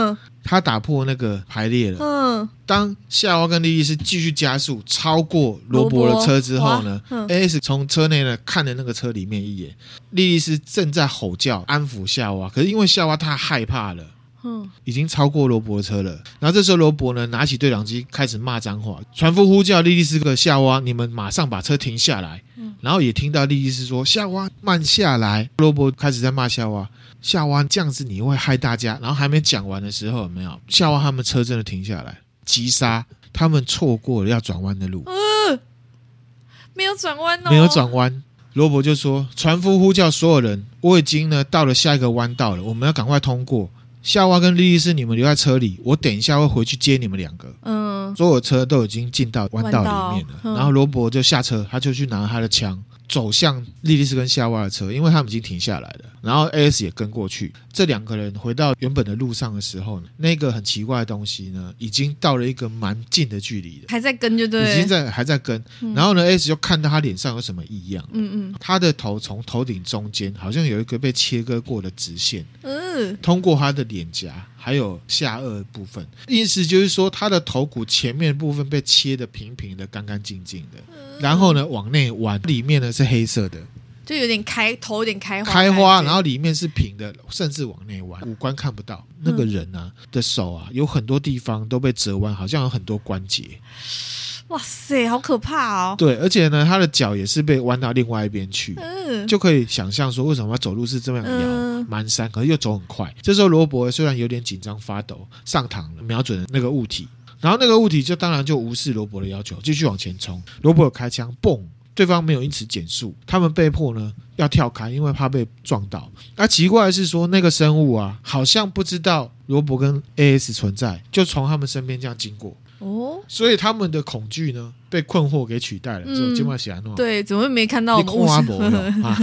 [SPEAKER 1] 他打破那个排列了。
[SPEAKER 2] 嗯，
[SPEAKER 1] 当夏娃跟莉莉丝继续加速超过罗伯的车之后呢，
[SPEAKER 2] 哇？嗯
[SPEAKER 1] A.S. 从车内呢看了那个车里面一眼，莉莉丝正在吼叫安抚夏娃，可是因为夏娃太害怕了。
[SPEAKER 2] 嗯
[SPEAKER 1] 已经超过罗伯的车了，然后这时候罗伯呢拿起对讲机开始骂脏话，船夫呼叫莉莉丝和夏娃，你们马上把车停下来。
[SPEAKER 2] 嗯
[SPEAKER 1] 然后也听到莉莉丝说夏娃慢下来，罗伯开始在骂夏娃，夏娃这样子你会害大家。然后还没讲完的时候，有没有夏娃他们车真的停下来，急刹，他们错过了要转弯的路。
[SPEAKER 2] 呃，没有转弯哦，
[SPEAKER 1] 没有，转弯。罗伯就说：“船夫呼叫所有人，我已经呢到了下一个弯道了，我们要赶快通过。夏娃跟莉莉丝，你们留在车里，我等一下会回去接你们两个。
[SPEAKER 2] 嗯
[SPEAKER 1] 所有车都已经进到弯道里面了
[SPEAKER 2] 弯。道嗯
[SPEAKER 1] 然后罗伯就下车，他就去拿他的枪，走向莉莉丝跟夏娃的车，因为他们已经停下来了。然后 A.S. 也跟过去。这两个人回到原本的路上的时候呢，那个很奇怪的东西呢，已经到了一个蛮近的距离了。”
[SPEAKER 2] 还在跟就对，
[SPEAKER 1] 已经在还在跟，
[SPEAKER 2] 嗯
[SPEAKER 1] 然后呢，S 就看到他脸上有什么异样，
[SPEAKER 2] 嗯嗯
[SPEAKER 1] 他的头从头顶中间好像有一个被切割过的直线，
[SPEAKER 2] 嗯
[SPEAKER 1] 通过他的脸颊还有下颚的部分，意思就是说他的头骨前面部分被切的平平的、干干净净的。
[SPEAKER 2] 嗯，
[SPEAKER 1] 然后呢，往内弯，里面呢是黑色的，
[SPEAKER 2] 就有点开头，有点开花，
[SPEAKER 1] 开花，然后里面是平的，甚至往内弯，五官看不到。那
[SPEAKER 2] 嗯
[SPEAKER 1] 个人啊的手啊，有很多地方都被折弯，好像有很多关节。
[SPEAKER 2] 哇塞，好可怕哦，
[SPEAKER 1] 对，而且呢，他的脚也是被弯到另外一边去。
[SPEAKER 2] 嗯，
[SPEAKER 1] 就可以想象说，为什么他走路是这么摇
[SPEAKER 2] 嗯
[SPEAKER 1] 蹒跚，可是又走很快。这时候罗伯虽然有点紧张发抖，上膛了，瞄准了那个物体，然后那个物体就当然就无视罗伯的要求，继续往前冲。罗伯有开枪，嘣！对方没有因此减速，他们被迫呢要跳开，因为怕被撞到。那奇怪的是说，那个生物啊，好像不知道罗伯跟 AS 存在，就从他们身边这样经过，
[SPEAKER 2] 哦，
[SPEAKER 1] 所以他们的恐惧呢被困惑给取代了。
[SPEAKER 2] 嗯
[SPEAKER 1] 这今晚喜欢弄，
[SPEAKER 2] 对，怎么会没看到我
[SPEAKER 1] 你
[SPEAKER 2] 们
[SPEAKER 1] 看阿伯哟啊，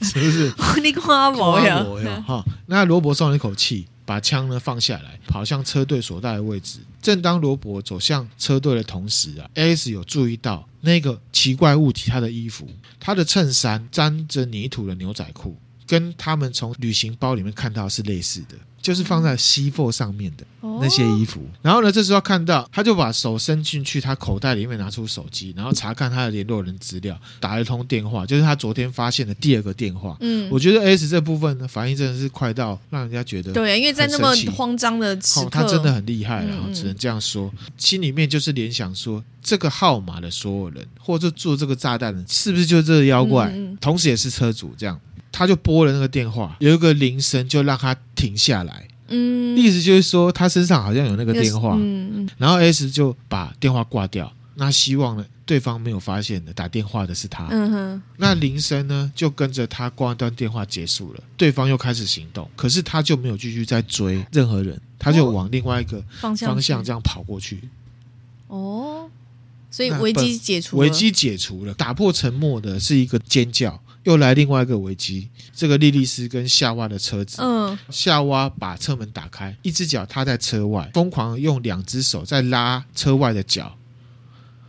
[SPEAKER 1] 是不是？
[SPEAKER 2] 你看阿伯呀
[SPEAKER 1] 阿，伯呀哈。那罗伯松了一口气，把枪呢放下来，跑向车队所在的位置。正当罗伯走向车队的同时啊，S 有注意到那个奇怪物体，他的衣服、他的衬衫沾着泥土的牛仔裤，跟他们从旅行包里面看到是类似的。就是放在西货上面的
[SPEAKER 2] 哦
[SPEAKER 1] 那些衣服，然后呢，这时候看到他就把手伸进去他口袋里面拿出手机，然后查看他的联络人资料，打了一通电话，就是他昨天发现的第二个电话。
[SPEAKER 2] 嗯，
[SPEAKER 1] 我觉得 S 这部分呢，反应真的是快到让人家觉得，
[SPEAKER 2] 对，因为在那么慌张的时
[SPEAKER 1] 哦
[SPEAKER 2] 刻，，
[SPEAKER 1] 他真的很厉害啦，然后
[SPEAKER 2] 嗯嗯
[SPEAKER 1] 只能这样说，心里面就是联想说，这个号码的所有人，或者做这个炸弹的，是不是就这个妖怪，
[SPEAKER 2] 嗯嗯
[SPEAKER 1] 同时也是车主这样。他就拨了那个电话，有一个铃声就让他停下来，
[SPEAKER 2] 嗯，
[SPEAKER 1] 意思就是说他身上好像有那个
[SPEAKER 2] 那个
[SPEAKER 1] 电话，
[SPEAKER 2] 嗯嗯
[SPEAKER 1] 然后 S 就把电话挂掉。那希望呢，对方没有发现的打电话的是他，
[SPEAKER 2] 嗯哼，
[SPEAKER 1] 那铃声呢，就跟着他挂断电话结束了，对方又开始行动，可是他就没有继续再追任何人，他就往另外一个
[SPEAKER 2] 方向
[SPEAKER 1] 方向
[SPEAKER 2] 去
[SPEAKER 1] 这样跑过去。
[SPEAKER 2] 哦，所以
[SPEAKER 1] 那
[SPEAKER 2] 危
[SPEAKER 1] 本
[SPEAKER 2] 机解除了，
[SPEAKER 1] 危机解除了，打破沉默的是一个尖叫，又来另外一个危机。这个莉莉丝跟夏娃的车子，
[SPEAKER 2] 嗯
[SPEAKER 1] 夏娃把车门打开，一只脚踏在车外，疯狂用两只手在拉车外的脚，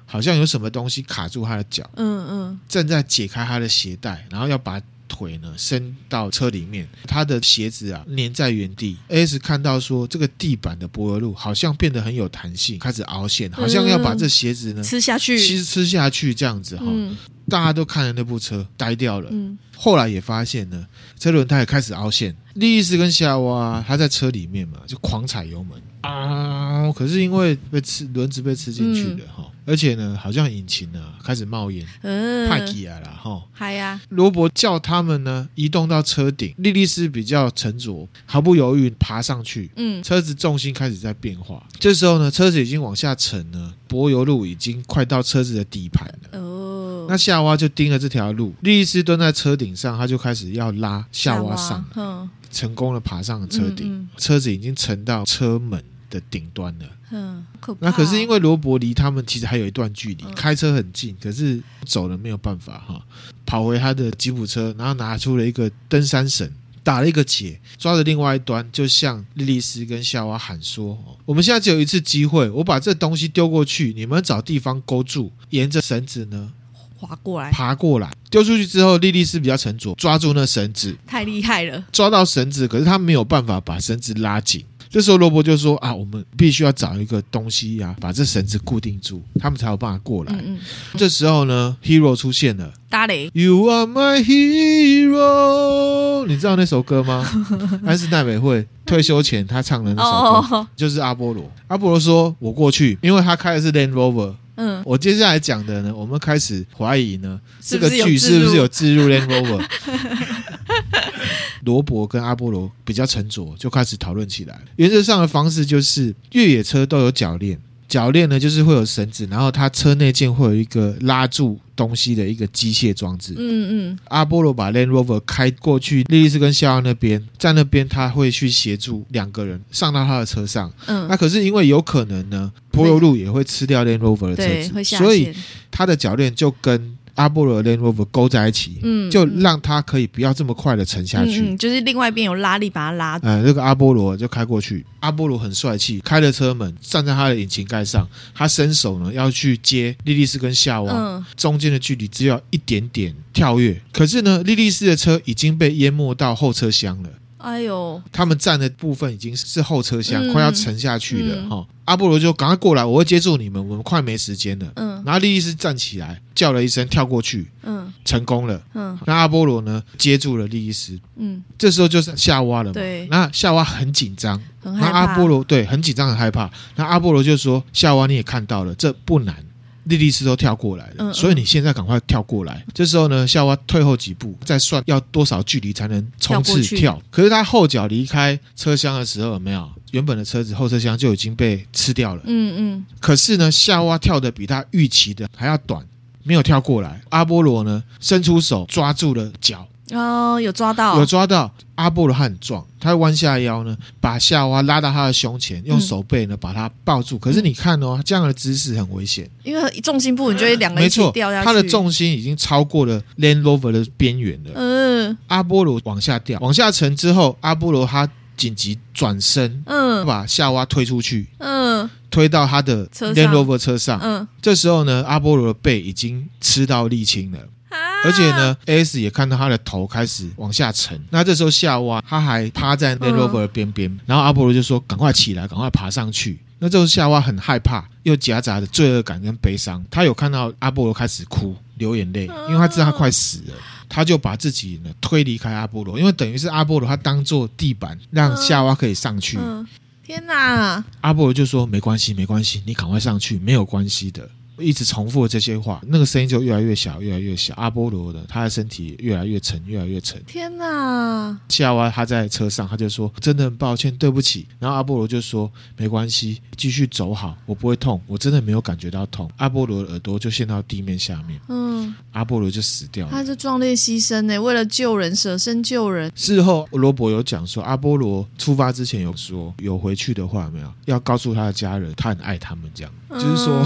[SPEAKER 1] 好像有什么东西卡住他的脚。
[SPEAKER 2] 嗯嗯
[SPEAKER 1] 正在解开他的鞋带，然后要把腿呢伸到车里面，他的鞋子啊粘在原地。S 看到说这个地板的柏油路好像变得很有弹性，开始凹陷，好像要把这鞋子呢、
[SPEAKER 2] 吃下去，
[SPEAKER 1] 吃吃下去这样子哈、
[SPEAKER 2] 嗯
[SPEAKER 1] 大家都看着那部车呆掉了。
[SPEAKER 2] 嗯
[SPEAKER 1] 后来也发现呢，车轮胎也开始凹陷。莉莉丝跟夏娃她在车里面嘛，就狂踩油门啊！可是因为被吃轮子被吃进去了哈、而且呢，好像引擎呢、开始冒烟，
[SPEAKER 2] 嗯，
[SPEAKER 1] 派起来了哈。
[SPEAKER 2] 嗨呀，
[SPEAKER 1] 罗伯叫他们呢移动到车顶，莉莉丝比较沉着，毫不犹豫爬上去。
[SPEAKER 2] 嗯
[SPEAKER 1] 车子重心开始在变化，这时候呢，车子已经往下沉了，柏油路已经快到车子的底盘了。
[SPEAKER 2] 哦，
[SPEAKER 1] 那夏娃就盯着这条路，莉莉丝蹲在车顶上，她就开始要拉夏娃上来，
[SPEAKER 2] 嗯
[SPEAKER 1] 成功的爬上了车顶。
[SPEAKER 2] 嗯嗯
[SPEAKER 1] 车子已经沉到车门，的顶端了。
[SPEAKER 2] 嗯，可怕哦
[SPEAKER 1] 那可是因为罗伯离他们其实还有一段距离，
[SPEAKER 2] 嗯
[SPEAKER 1] 开车很近，可是走了没有办法哈，跑回他的吉普车，然后拿出了一个登山绳，打了一个结，抓着另外一端，就向莉莉丝跟夏娃喊说：“哦我们现在只有一次机会，我把这东西丢过去，你们找地方勾住，沿着绳子呢
[SPEAKER 2] 划过来
[SPEAKER 1] 爬过来。”丢出去之后，莉莉丝比较沉着，抓住那绳子，
[SPEAKER 2] 太厉害了，
[SPEAKER 1] 抓到绳子，可是他没有办法把绳子拉紧。这时候罗伯就说：“啊，我们必须要找一个东西呀、把这绳子固定住，他们才有办法过来。
[SPEAKER 2] 嗯嗯，
[SPEAKER 1] 这时候呢，Hero 出现了
[SPEAKER 2] 打雷
[SPEAKER 1] ，You are my hero。你知道那首歌 吗？安室奈美惠退休前她唱的那首歌，
[SPEAKER 2] 哦，
[SPEAKER 1] 就是阿波罗。阿波罗说：“我过去，因为他开的是 Land Rover。
[SPEAKER 2] 嗯，
[SPEAKER 1] 我接下来讲的呢，我们开始怀疑呢，这
[SPEAKER 2] 是不
[SPEAKER 1] 个
[SPEAKER 2] 是有
[SPEAKER 1] 剧
[SPEAKER 2] 置
[SPEAKER 1] 是
[SPEAKER 2] 入
[SPEAKER 1] 不是有置 入 Land Rover？罗伯跟阿波罗比较沉着，就开始讨论起来。原则上的方式就是，越野车都有铰链，铰链呢就是会有绳子，然后它车内件会有一个拉住东西的一个机械装置。
[SPEAKER 2] 嗯嗯，
[SPEAKER 1] 阿波罗把 Land Rover 开过去，莉莉丝跟肖恩那边，在那边他会去协助两个人上到他的车上。
[SPEAKER 2] 嗯
[SPEAKER 1] 那、，可是因为有可能呢，柏油路也会吃掉 Land Rover 的
[SPEAKER 2] 对，
[SPEAKER 1] 车
[SPEAKER 2] 会
[SPEAKER 1] 子，
[SPEAKER 2] 下
[SPEAKER 1] 所以
[SPEAKER 2] 线，
[SPEAKER 1] 他的脚链就跟阿波罗的 Land Rover 勾在一起，
[SPEAKER 2] 嗯，
[SPEAKER 1] 就
[SPEAKER 2] 嗯
[SPEAKER 1] 让他可以不要这么快的沉下去。
[SPEAKER 2] 嗯嗯，就是另外一边有拉力把它拉住，
[SPEAKER 1] 呃，这个阿波罗就开过去，阿波罗很帅气，开了车门，站在他的引擎盖上，他伸手呢要去接莉莉丝跟夏娃，
[SPEAKER 2] 嗯，
[SPEAKER 1] 中间的距离只有一点点跳跃。可是呢，莉莉丝的车已经被淹没到后车厢了。
[SPEAKER 2] 哎呦，
[SPEAKER 1] 他们站的部分已经是后车厢，
[SPEAKER 2] 嗯
[SPEAKER 1] 快要沉下去了
[SPEAKER 2] 嗯
[SPEAKER 1] 哈、阿波罗就赶快过来，我会接住你们，我们快没时间了。
[SPEAKER 2] 嗯
[SPEAKER 1] 然后莉莉丝站起来，叫了一声，跳过去，
[SPEAKER 2] 嗯
[SPEAKER 1] 成功了。
[SPEAKER 2] 嗯
[SPEAKER 1] 那阿波罗呢，接住了莉莉丝，
[SPEAKER 2] 嗯，
[SPEAKER 1] 这时候就是夏娃了嘛。
[SPEAKER 2] 对，
[SPEAKER 1] 那夏娃很紧张，
[SPEAKER 2] 很
[SPEAKER 1] 那
[SPEAKER 2] 害怕，
[SPEAKER 1] 阿波罗对很紧张很害怕。那阿波罗就说：“夏娃你也看到了，这不难，莉莉丝都跳过来了，
[SPEAKER 2] 嗯嗯
[SPEAKER 1] 所以你现在赶快跳过来。”这时候呢，夏娃退后几步，再算要多少距离才能冲刺
[SPEAKER 2] 跳过去
[SPEAKER 1] 跳。可是他后脚离开车厢的时候，有没有原本的车子后车厢就已经被吃掉了。
[SPEAKER 2] 嗯嗯，
[SPEAKER 1] 可是呢，夏娃跳的比他预期的还要短。没有跳过来，阿波罗呢伸出手抓住了脚，
[SPEAKER 2] 哦，有抓到
[SPEAKER 1] 有，抓到阿波罗他很壮，他弯下腰呢，把夏娃拉到他的胸前，
[SPEAKER 2] 嗯
[SPEAKER 1] 用手背呢把他抱住。可是你看哦，这样的姿势很危险，
[SPEAKER 2] 因为重心不稳，就会两个
[SPEAKER 1] 没
[SPEAKER 2] 一起
[SPEAKER 1] 错
[SPEAKER 2] 掉下，去，
[SPEAKER 1] 他的，重心已经超过了 Land Rover 的边缘了。
[SPEAKER 2] 嗯
[SPEAKER 1] 阿波罗往下掉，往下沉之后，阿波罗他紧急转身，
[SPEAKER 2] 嗯
[SPEAKER 1] 把夏娃推出去，
[SPEAKER 2] 嗯
[SPEAKER 1] 推到他的
[SPEAKER 2] 车
[SPEAKER 1] Land
[SPEAKER 2] 上
[SPEAKER 1] Rover 车上。
[SPEAKER 2] 嗯，
[SPEAKER 1] 这时候呢，阿波罗的背已经吃到沥青了。
[SPEAKER 2] 啊
[SPEAKER 1] 而且，呢，S 也看到他的头开始往下沉。那这时候夏娃他还趴在 Land
[SPEAKER 2] 嗯
[SPEAKER 1] Rover 的边边，然后阿波罗就说：“赶快起来，赶快爬上去。”那这时候夏娃很害怕，又夹杂着罪恶感跟悲伤。他有看到阿波罗开始哭流眼
[SPEAKER 2] 啊
[SPEAKER 1] 泪，因为他知道他快死了。他就把自己呢推离开阿波罗，因为等于是阿波罗他当做地板，让夏娃可以上去。
[SPEAKER 2] 嗯，天哪，
[SPEAKER 1] 阿波罗就说：“没关系，没关系，你赶快上去，没有关系的。”一直重复这些话，那个声音就越来越小，越来越小。阿波罗的他的身体越来越沉，越来越沉。
[SPEAKER 2] 天哪，
[SPEAKER 1] 夏娃他在车上，他就说：“真的很抱歉，对不起。”然后阿波罗就说：“没关系，继续走好，我不会痛，我真的没有感觉到痛。”阿波罗的耳朵就陷到地面下面，
[SPEAKER 2] 嗯，
[SPEAKER 1] 阿波罗就死掉
[SPEAKER 2] 他
[SPEAKER 1] 了。
[SPEAKER 2] 是壮烈牺牲呢，为了救人舍身救人，
[SPEAKER 1] 事后，罗伯有讲说，阿波罗出发之前有说，有回去的话有没有要告诉他的家人，他很爱他们，这样就是说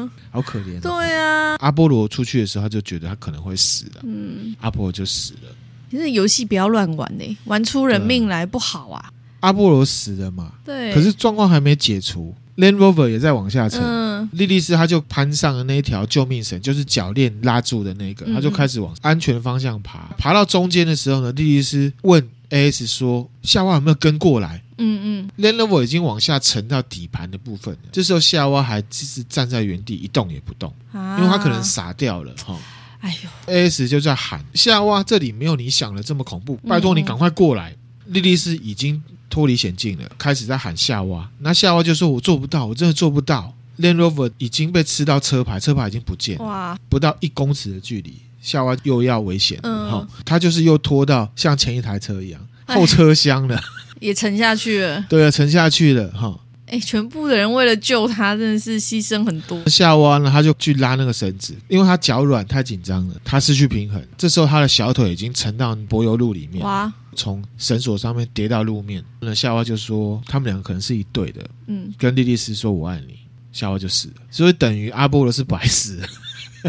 [SPEAKER 2] 嗯、
[SPEAKER 1] 好可怜、哦。
[SPEAKER 2] 对啊，
[SPEAKER 1] 阿波罗出去的时候，他就觉得他可能会死了，
[SPEAKER 2] 嗯，
[SPEAKER 1] 阿波罗就死了。
[SPEAKER 2] 其实游戏不要乱玩呢，玩出人命来不好啊，
[SPEAKER 1] 阿波罗死了嘛，
[SPEAKER 2] 对，
[SPEAKER 1] 可是状况还没解除，Land Rover 也在往下沉。
[SPEAKER 2] 嗯
[SPEAKER 1] 莉莉丝她就攀上了那一条救命绳，就是脚链拉住的那个，
[SPEAKER 2] 嗯
[SPEAKER 1] 她就开始往安全方向爬。爬到中间的时候呢，莉莉丝问 AS 说：“夏娃有没有跟过来
[SPEAKER 2] 嗯嗯，
[SPEAKER 1] ？”Land Rover 已经往下沉到底盘的部分了。这时候夏娃还只是站在原地一动也不动，
[SPEAKER 2] 啊，
[SPEAKER 1] 因为她可能傻掉了哈。
[SPEAKER 2] 哎呦，
[SPEAKER 1] AS 就在喊夏娃，这里没有你想的这么恐怖，
[SPEAKER 2] 嗯
[SPEAKER 1] 拜托你赶快过来。莉莉丝已经脱离险境了，开始在喊夏娃。那夏娃就说：“我做不到，我真的做不到。” Land Rover 已经被吃到车牌，车牌已经不见了，
[SPEAKER 2] 哇，
[SPEAKER 1] 不到一公尺的距离，夏娃又要危险了。
[SPEAKER 2] 嗯
[SPEAKER 1] 哈、他就是又拖到像前一台车一样
[SPEAKER 2] 哎
[SPEAKER 1] 后车厢了，
[SPEAKER 2] 也沉下去了，
[SPEAKER 1] 对啊，沉下去了哈。
[SPEAKER 2] 哎，全部的人为了救他，真的是牺牲很多。
[SPEAKER 1] 下弯了，他就去拉那个绳子，因为他脚软太紧张了，他失去平衡。这时候他的小腿已经沉到柏油路里面，
[SPEAKER 2] 哇，
[SPEAKER 1] 从绳索上面跌到路面。那夏娃就说他们两个可能是一对的，
[SPEAKER 2] 嗯，
[SPEAKER 1] 跟莉莉丝说我爱你，夏娃就死了，所以等于阿波罗是白死了。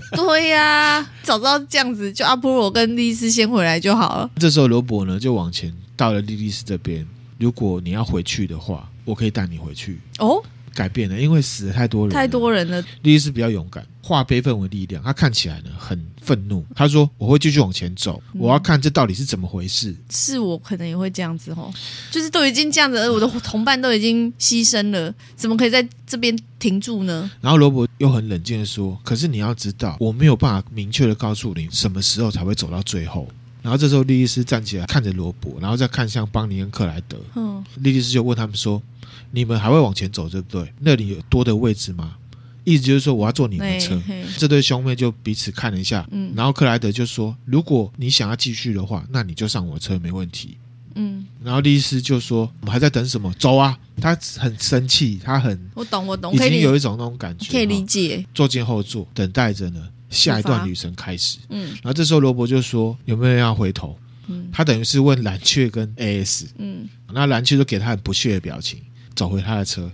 [SPEAKER 2] 对呀、早知道这样子，就阿波罗跟丽丝先回来就好了。
[SPEAKER 1] 这时候罗伯呢就往前到了莉莉丝这边，如果你要回去的话，我可以带你回去。
[SPEAKER 2] 哦，
[SPEAKER 1] 改变了，因为死了太多人了，
[SPEAKER 2] 太多人了，
[SPEAKER 1] 莉莉丝比较勇敢，化悲愤为力量。她看起来呢很愤怒，她说：“我会继续往前走，
[SPEAKER 2] 嗯
[SPEAKER 1] 我要看这到底是怎么回事。
[SPEAKER 2] 是我可能也会这样子哦，就是都已经这样子，而我的同伴都已经牺牲了，怎么可以在这边停住呢？
[SPEAKER 1] 然后罗伯又很冷静的说：“可是你要知道，我没有办法明确的告诉你什么时候才会走到最后。”然后这时候莉莉丝站起来看着罗伯，然后再看向邦尼跟克莱德。
[SPEAKER 2] 嗯，
[SPEAKER 1] 莉莉丝就问他们说：“你们还会往前走，对不对？那里有多的位置吗？”意思就是说我要坐你们的
[SPEAKER 2] 对，
[SPEAKER 1] 车。
[SPEAKER 2] 嘿
[SPEAKER 1] 这对兄妹就彼此看了一下，
[SPEAKER 2] 嗯
[SPEAKER 1] 然后克莱德就说：“如果你想要继续的话，那你就上我的车没问题。
[SPEAKER 2] 嗯，”
[SPEAKER 1] 然后莉莉丝就说：“我们还在等什么？走啊！”她很生气，她很
[SPEAKER 2] 我懂，我懂，
[SPEAKER 1] 已
[SPEAKER 2] 可以
[SPEAKER 1] 经有
[SPEAKER 2] 理，
[SPEAKER 1] 一种那种感觉，
[SPEAKER 2] 可以理
[SPEAKER 1] 哈
[SPEAKER 2] 解，
[SPEAKER 1] 坐进后座，等待着呢下一
[SPEAKER 2] 出发
[SPEAKER 1] 段旅程开始。
[SPEAKER 2] 嗯
[SPEAKER 1] 然后这时候罗伯就说：“有没有人要回头
[SPEAKER 2] 嗯？”
[SPEAKER 1] 他等于是问蓝雀跟 AS，
[SPEAKER 2] 嗯，
[SPEAKER 1] 那蓝雀就给他很不屑的表情，走回他的车。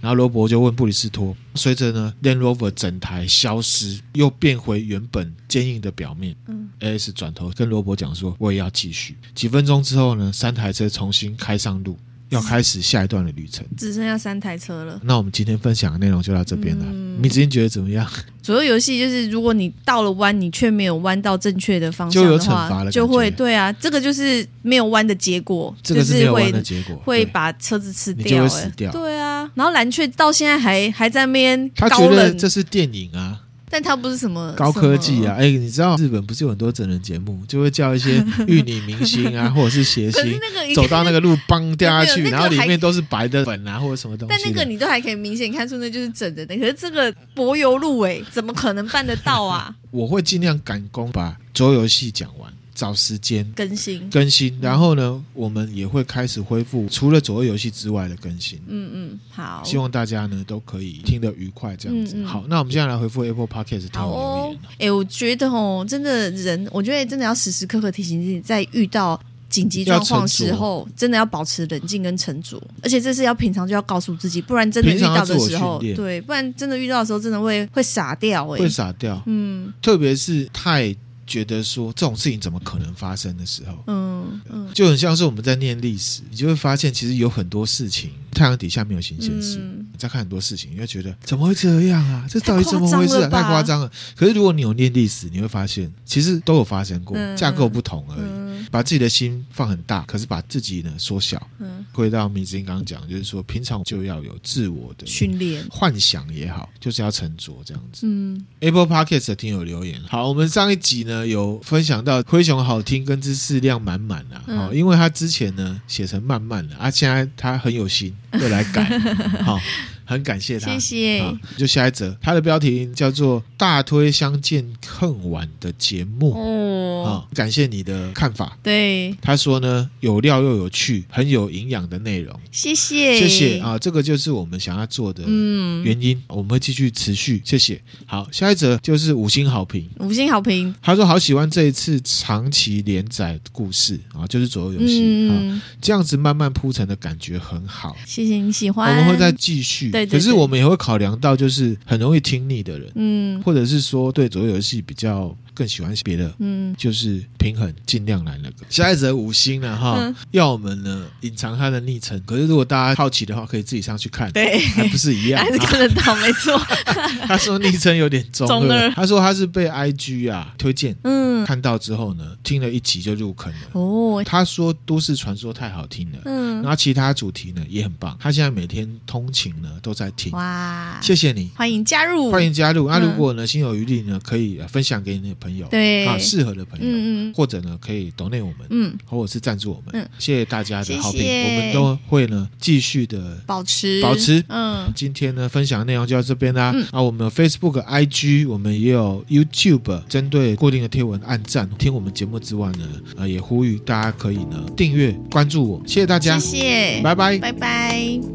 [SPEAKER 1] 然后罗伯就问布里斯托，随着呢 Land Rover 整台消失，又变回原本坚硬的表面。
[SPEAKER 2] 嗯
[SPEAKER 1] ，AS 转头跟罗伯讲说：“我也要继续。”几分钟之后呢，三台车重新开上路，要开始下一段的旅程。
[SPEAKER 2] 只剩下三台车了。
[SPEAKER 1] 那我们今天分享的内容就到这边了。
[SPEAKER 2] 嗯
[SPEAKER 1] 你之前觉得怎么样？
[SPEAKER 2] 左右游戏就是，如果你到了弯，你却没有弯到正确的方向
[SPEAKER 1] 就有
[SPEAKER 2] 的
[SPEAKER 1] 惩罚
[SPEAKER 2] 话，
[SPEAKER 1] 的感觉
[SPEAKER 2] 就会对啊，这个就是没有弯的结果，
[SPEAKER 1] 这个
[SPEAKER 2] 就是
[SPEAKER 1] 没有
[SPEAKER 2] 会
[SPEAKER 1] 完的结果，
[SPEAKER 2] 会
[SPEAKER 1] 对
[SPEAKER 2] 把车子吃
[SPEAKER 1] 你就会
[SPEAKER 2] 掉、欸，
[SPEAKER 1] 死掉
[SPEAKER 2] 对啊，然后蓝雀到现在还还在那边
[SPEAKER 1] 他
[SPEAKER 2] 高
[SPEAKER 1] 觉得
[SPEAKER 2] 冷，
[SPEAKER 1] 这是电影啊。
[SPEAKER 2] 但他不是什么
[SPEAKER 1] 高科技啊！
[SPEAKER 2] 什么。
[SPEAKER 1] 哎、你知道日本不是有很多整人节目，就会叫一 些玉女明星啊，或者是谐
[SPEAKER 2] 可是
[SPEAKER 1] 星
[SPEAKER 2] 那个一
[SPEAKER 1] 走到那个路，邦掉下去，
[SPEAKER 2] 那个
[SPEAKER 1] 然后里
[SPEAKER 2] 还
[SPEAKER 1] 面都是白的粉啊，或者什么东
[SPEAKER 2] 但
[SPEAKER 1] 西
[SPEAKER 2] 那
[SPEAKER 1] 的。
[SPEAKER 2] 个你都还可以明显看出那就是整人的，可是这个柏油路哎、怎么可能办得到啊？
[SPEAKER 1] 我会尽量赶工把桌游戏讲完，找时间
[SPEAKER 2] 更新，
[SPEAKER 1] 更新。然后呢，我们也会开始恢复除了左右游戏之外的更新。
[SPEAKER 2] 嗯嗯，好，
[SPEAKER 1] 希望大家呢都可以听得愉快，这样子。
[SPEAKER 2] 嗯嗯
[SPEAKER 1] 好，那我们现在来回复 Apple Podcast
[SPEAKER 2] 好
[SPEAKER 1] 投留
[SPEAKER 2] 哦
[SPEAKER 1] 言。，
[SPEAKER 2] 哎、我觉得哦，真的人，我觉得真的要时时刻刻提醒自己，在遇到紧急状况时候，真的要保持冷静跟沉着，而且这是要平常就要告诉自己，不然真的遇
[SPEAKER 1] 平常
[SPEAKER 2] 到
[SPEAKER 1] 要自
[SPEAKER 2] 的
[SPEAKER 1] 我
[SPEAKER 2] 时候
[SPEAKER 1] 训，练
[SPEAKER 2] 对，不然真的遇到的时候，真的会会傻掉哎、
[SPEAKER 1] 会傻掉，
[SPEAKER 2] 嗯
[SPEAKER 1] 特别是太觉得说这种事情怎么可能发生的时候。
[SPEAKER 2] 嗯嗯
[SPEAKER 1] 就很像是我们在念历史，你就会发现其实有很多事情太阳底下没有新鲜事。
[SPEAKER 2] 嗯，
[SPEAKER 1] 你再看很多事情，你会觉得怎么会这样啊？这到底怎么回事、啊？
[SPEAKER 2] 太夸张了吧
[SPEAKER 1] 太夸张了！可是如果你有念历史，你会发现其实都有发生过，
[SPEAKER 2] 嗯
[SPEAKER 1] 架构不同而已。
[SPEAKER 2] 嗯
[SPEAKER 1] 把自己的心放很大，可是把自己呢缩小。
[SPEAKER 2] 嗯，
[SPEAKER 1] 回到明之英刚刚讲，就是说平常就要有自我的
[SPEAKER 2] 训练，
[SPEAKER 1] 幻想也好，就是要沉着这样子。
[SPEAKER 2] 嗯
[SPEAKER 1] Apple Podcast 的听友留言，好，我们上一集呢有分享到灰熊好听跟知识量满满啊，
[SPEAKER 2] 嗯
[SPEAKER 1] 好、因为他之前呢写成慢慢的，啊，现在他很有 心又来改，好、很感谢他，
[SPEAKER 2] 谢谢
[SPEAKER 1] 好就下一则，它的标题叫做《大推相见恨晚的节目》啊、
[SPEAKER 2] 哦，
[SPEAKER 1] 感谢你的看法。
[SPEAKER 2] 对，
[SPEAKER 1] 他说呢，有料又有趣，很有营养的内容，
[SPEAKER 2] 谢谢，
[SPEAKER 1] 谢谢啊，这个就是我们想要做的
[SPEAKER 2] 嗯，
[SPEAKER 1] 原因，我们会继续持续，谢谢。好，下一则就是五星好评。
[SPEAKER 2] 五星好评，
[SPEAKER 1] 他说好喜欢这一次长期连载的故事啊，就是左右游戏、啊，
[SPEAKER 2] 嗯，
[SPEAKER 1] 这样子慢慢铺陈的感觉很好。
[SPEAKER 2] 谢谢你喜
[SPEAKER 1] 我
[SPEAKER 2] 欢，
[SPEAKER 1] 们会再继续，
[SPEAKER 2] 对对
[SPEAKER 1] 可是我们也会考量到，就是很容易听腻的人，
[SPEAKER 2] 嗯
[SPEAKER 1] 或者是说对左右游戏比较更喜欢别的。
[SPEAKER 2] 嗯，
[SPEAKER 1] 就是平衡，尽量来那个。下一则五星了哈，
[SPEAKER 2] 嗯
[SPEAKER 1] 要我们呢隐藏他的昵称。可是如果大家好奇的话，可以自己上去看，
[SPEAKER 2] 对。
[SPEAKER 1] 还不是一样、
[SPEAKER 2] 还是
[SPEAKER 1] 啊？
[SPEAKER 2] 看得到，没错。
[SPEAKER 1] 他说昵称有点中
[SPEAKER 2] 中
[SPEAKER 1] 二，
[SPEAKER 2] 二
[SPEAKER 1] 他说他是被 IG 啊推荐，
[SPEAKER 2] 嗯，
[SPEAKER 1] 看到之后呢，听了一集就入坑了。
[SPEAKER 2] 哦，
[SPEAKER 1] 他说都市传说太好听了，然
[SPEAKER 2] 嗯，
[SPEAKER 1] 后其他主题呢也很棒。他现在每天通勤呢都在听，
[SPEAKER 2] 哇，
[SPEAKER 1] 谢谢你，
[SPEAKER 2] 欢迎加入，
[SPEAKER 1] 欢迎加入。那、啊
[SPEAKER 2] 嗯
[SPEAKER 1] 如果呢心有余力呢，可以呃分享给你的朋友，
[SPEAKER 2] 对
[SPEAKER 1] 啊，适合的朋友，
[SPEAKER 2] 嗯嗯
[SPEAKER 1] 或者呢可以 donate 我们，
[SPEAKER 2] 嗯，
[SPEAKER 1] 或者是赞助我们。
[SPEAKER 2] 嗯
[SPEAKER 1] 谢谢大家的好评，
[SPEAKER 2] 谢谢
[SPEAKER 1] 我们都会呢继续的
[SPEAKER 2] 保持，
[SPEAKER 1] 保持
[SPEAKER 2] 嗯，
[SPEAKER 1] 今天呢，分享的内容就到这边啦。
[SPEAKER 2] 嗯
[SPEAKER 1] 啊，我们有 Facebook、IG，我们也有 YouTube，针对固定的贴文按赞。听我们节目之外呢，呃，也呼吁大家可以呢订阅关注我，谢谢大家，
[SPEAKER 2] 谢谢，
[SPEAKER 1] 拜拜。
[SPEAKER 2] 拜拜。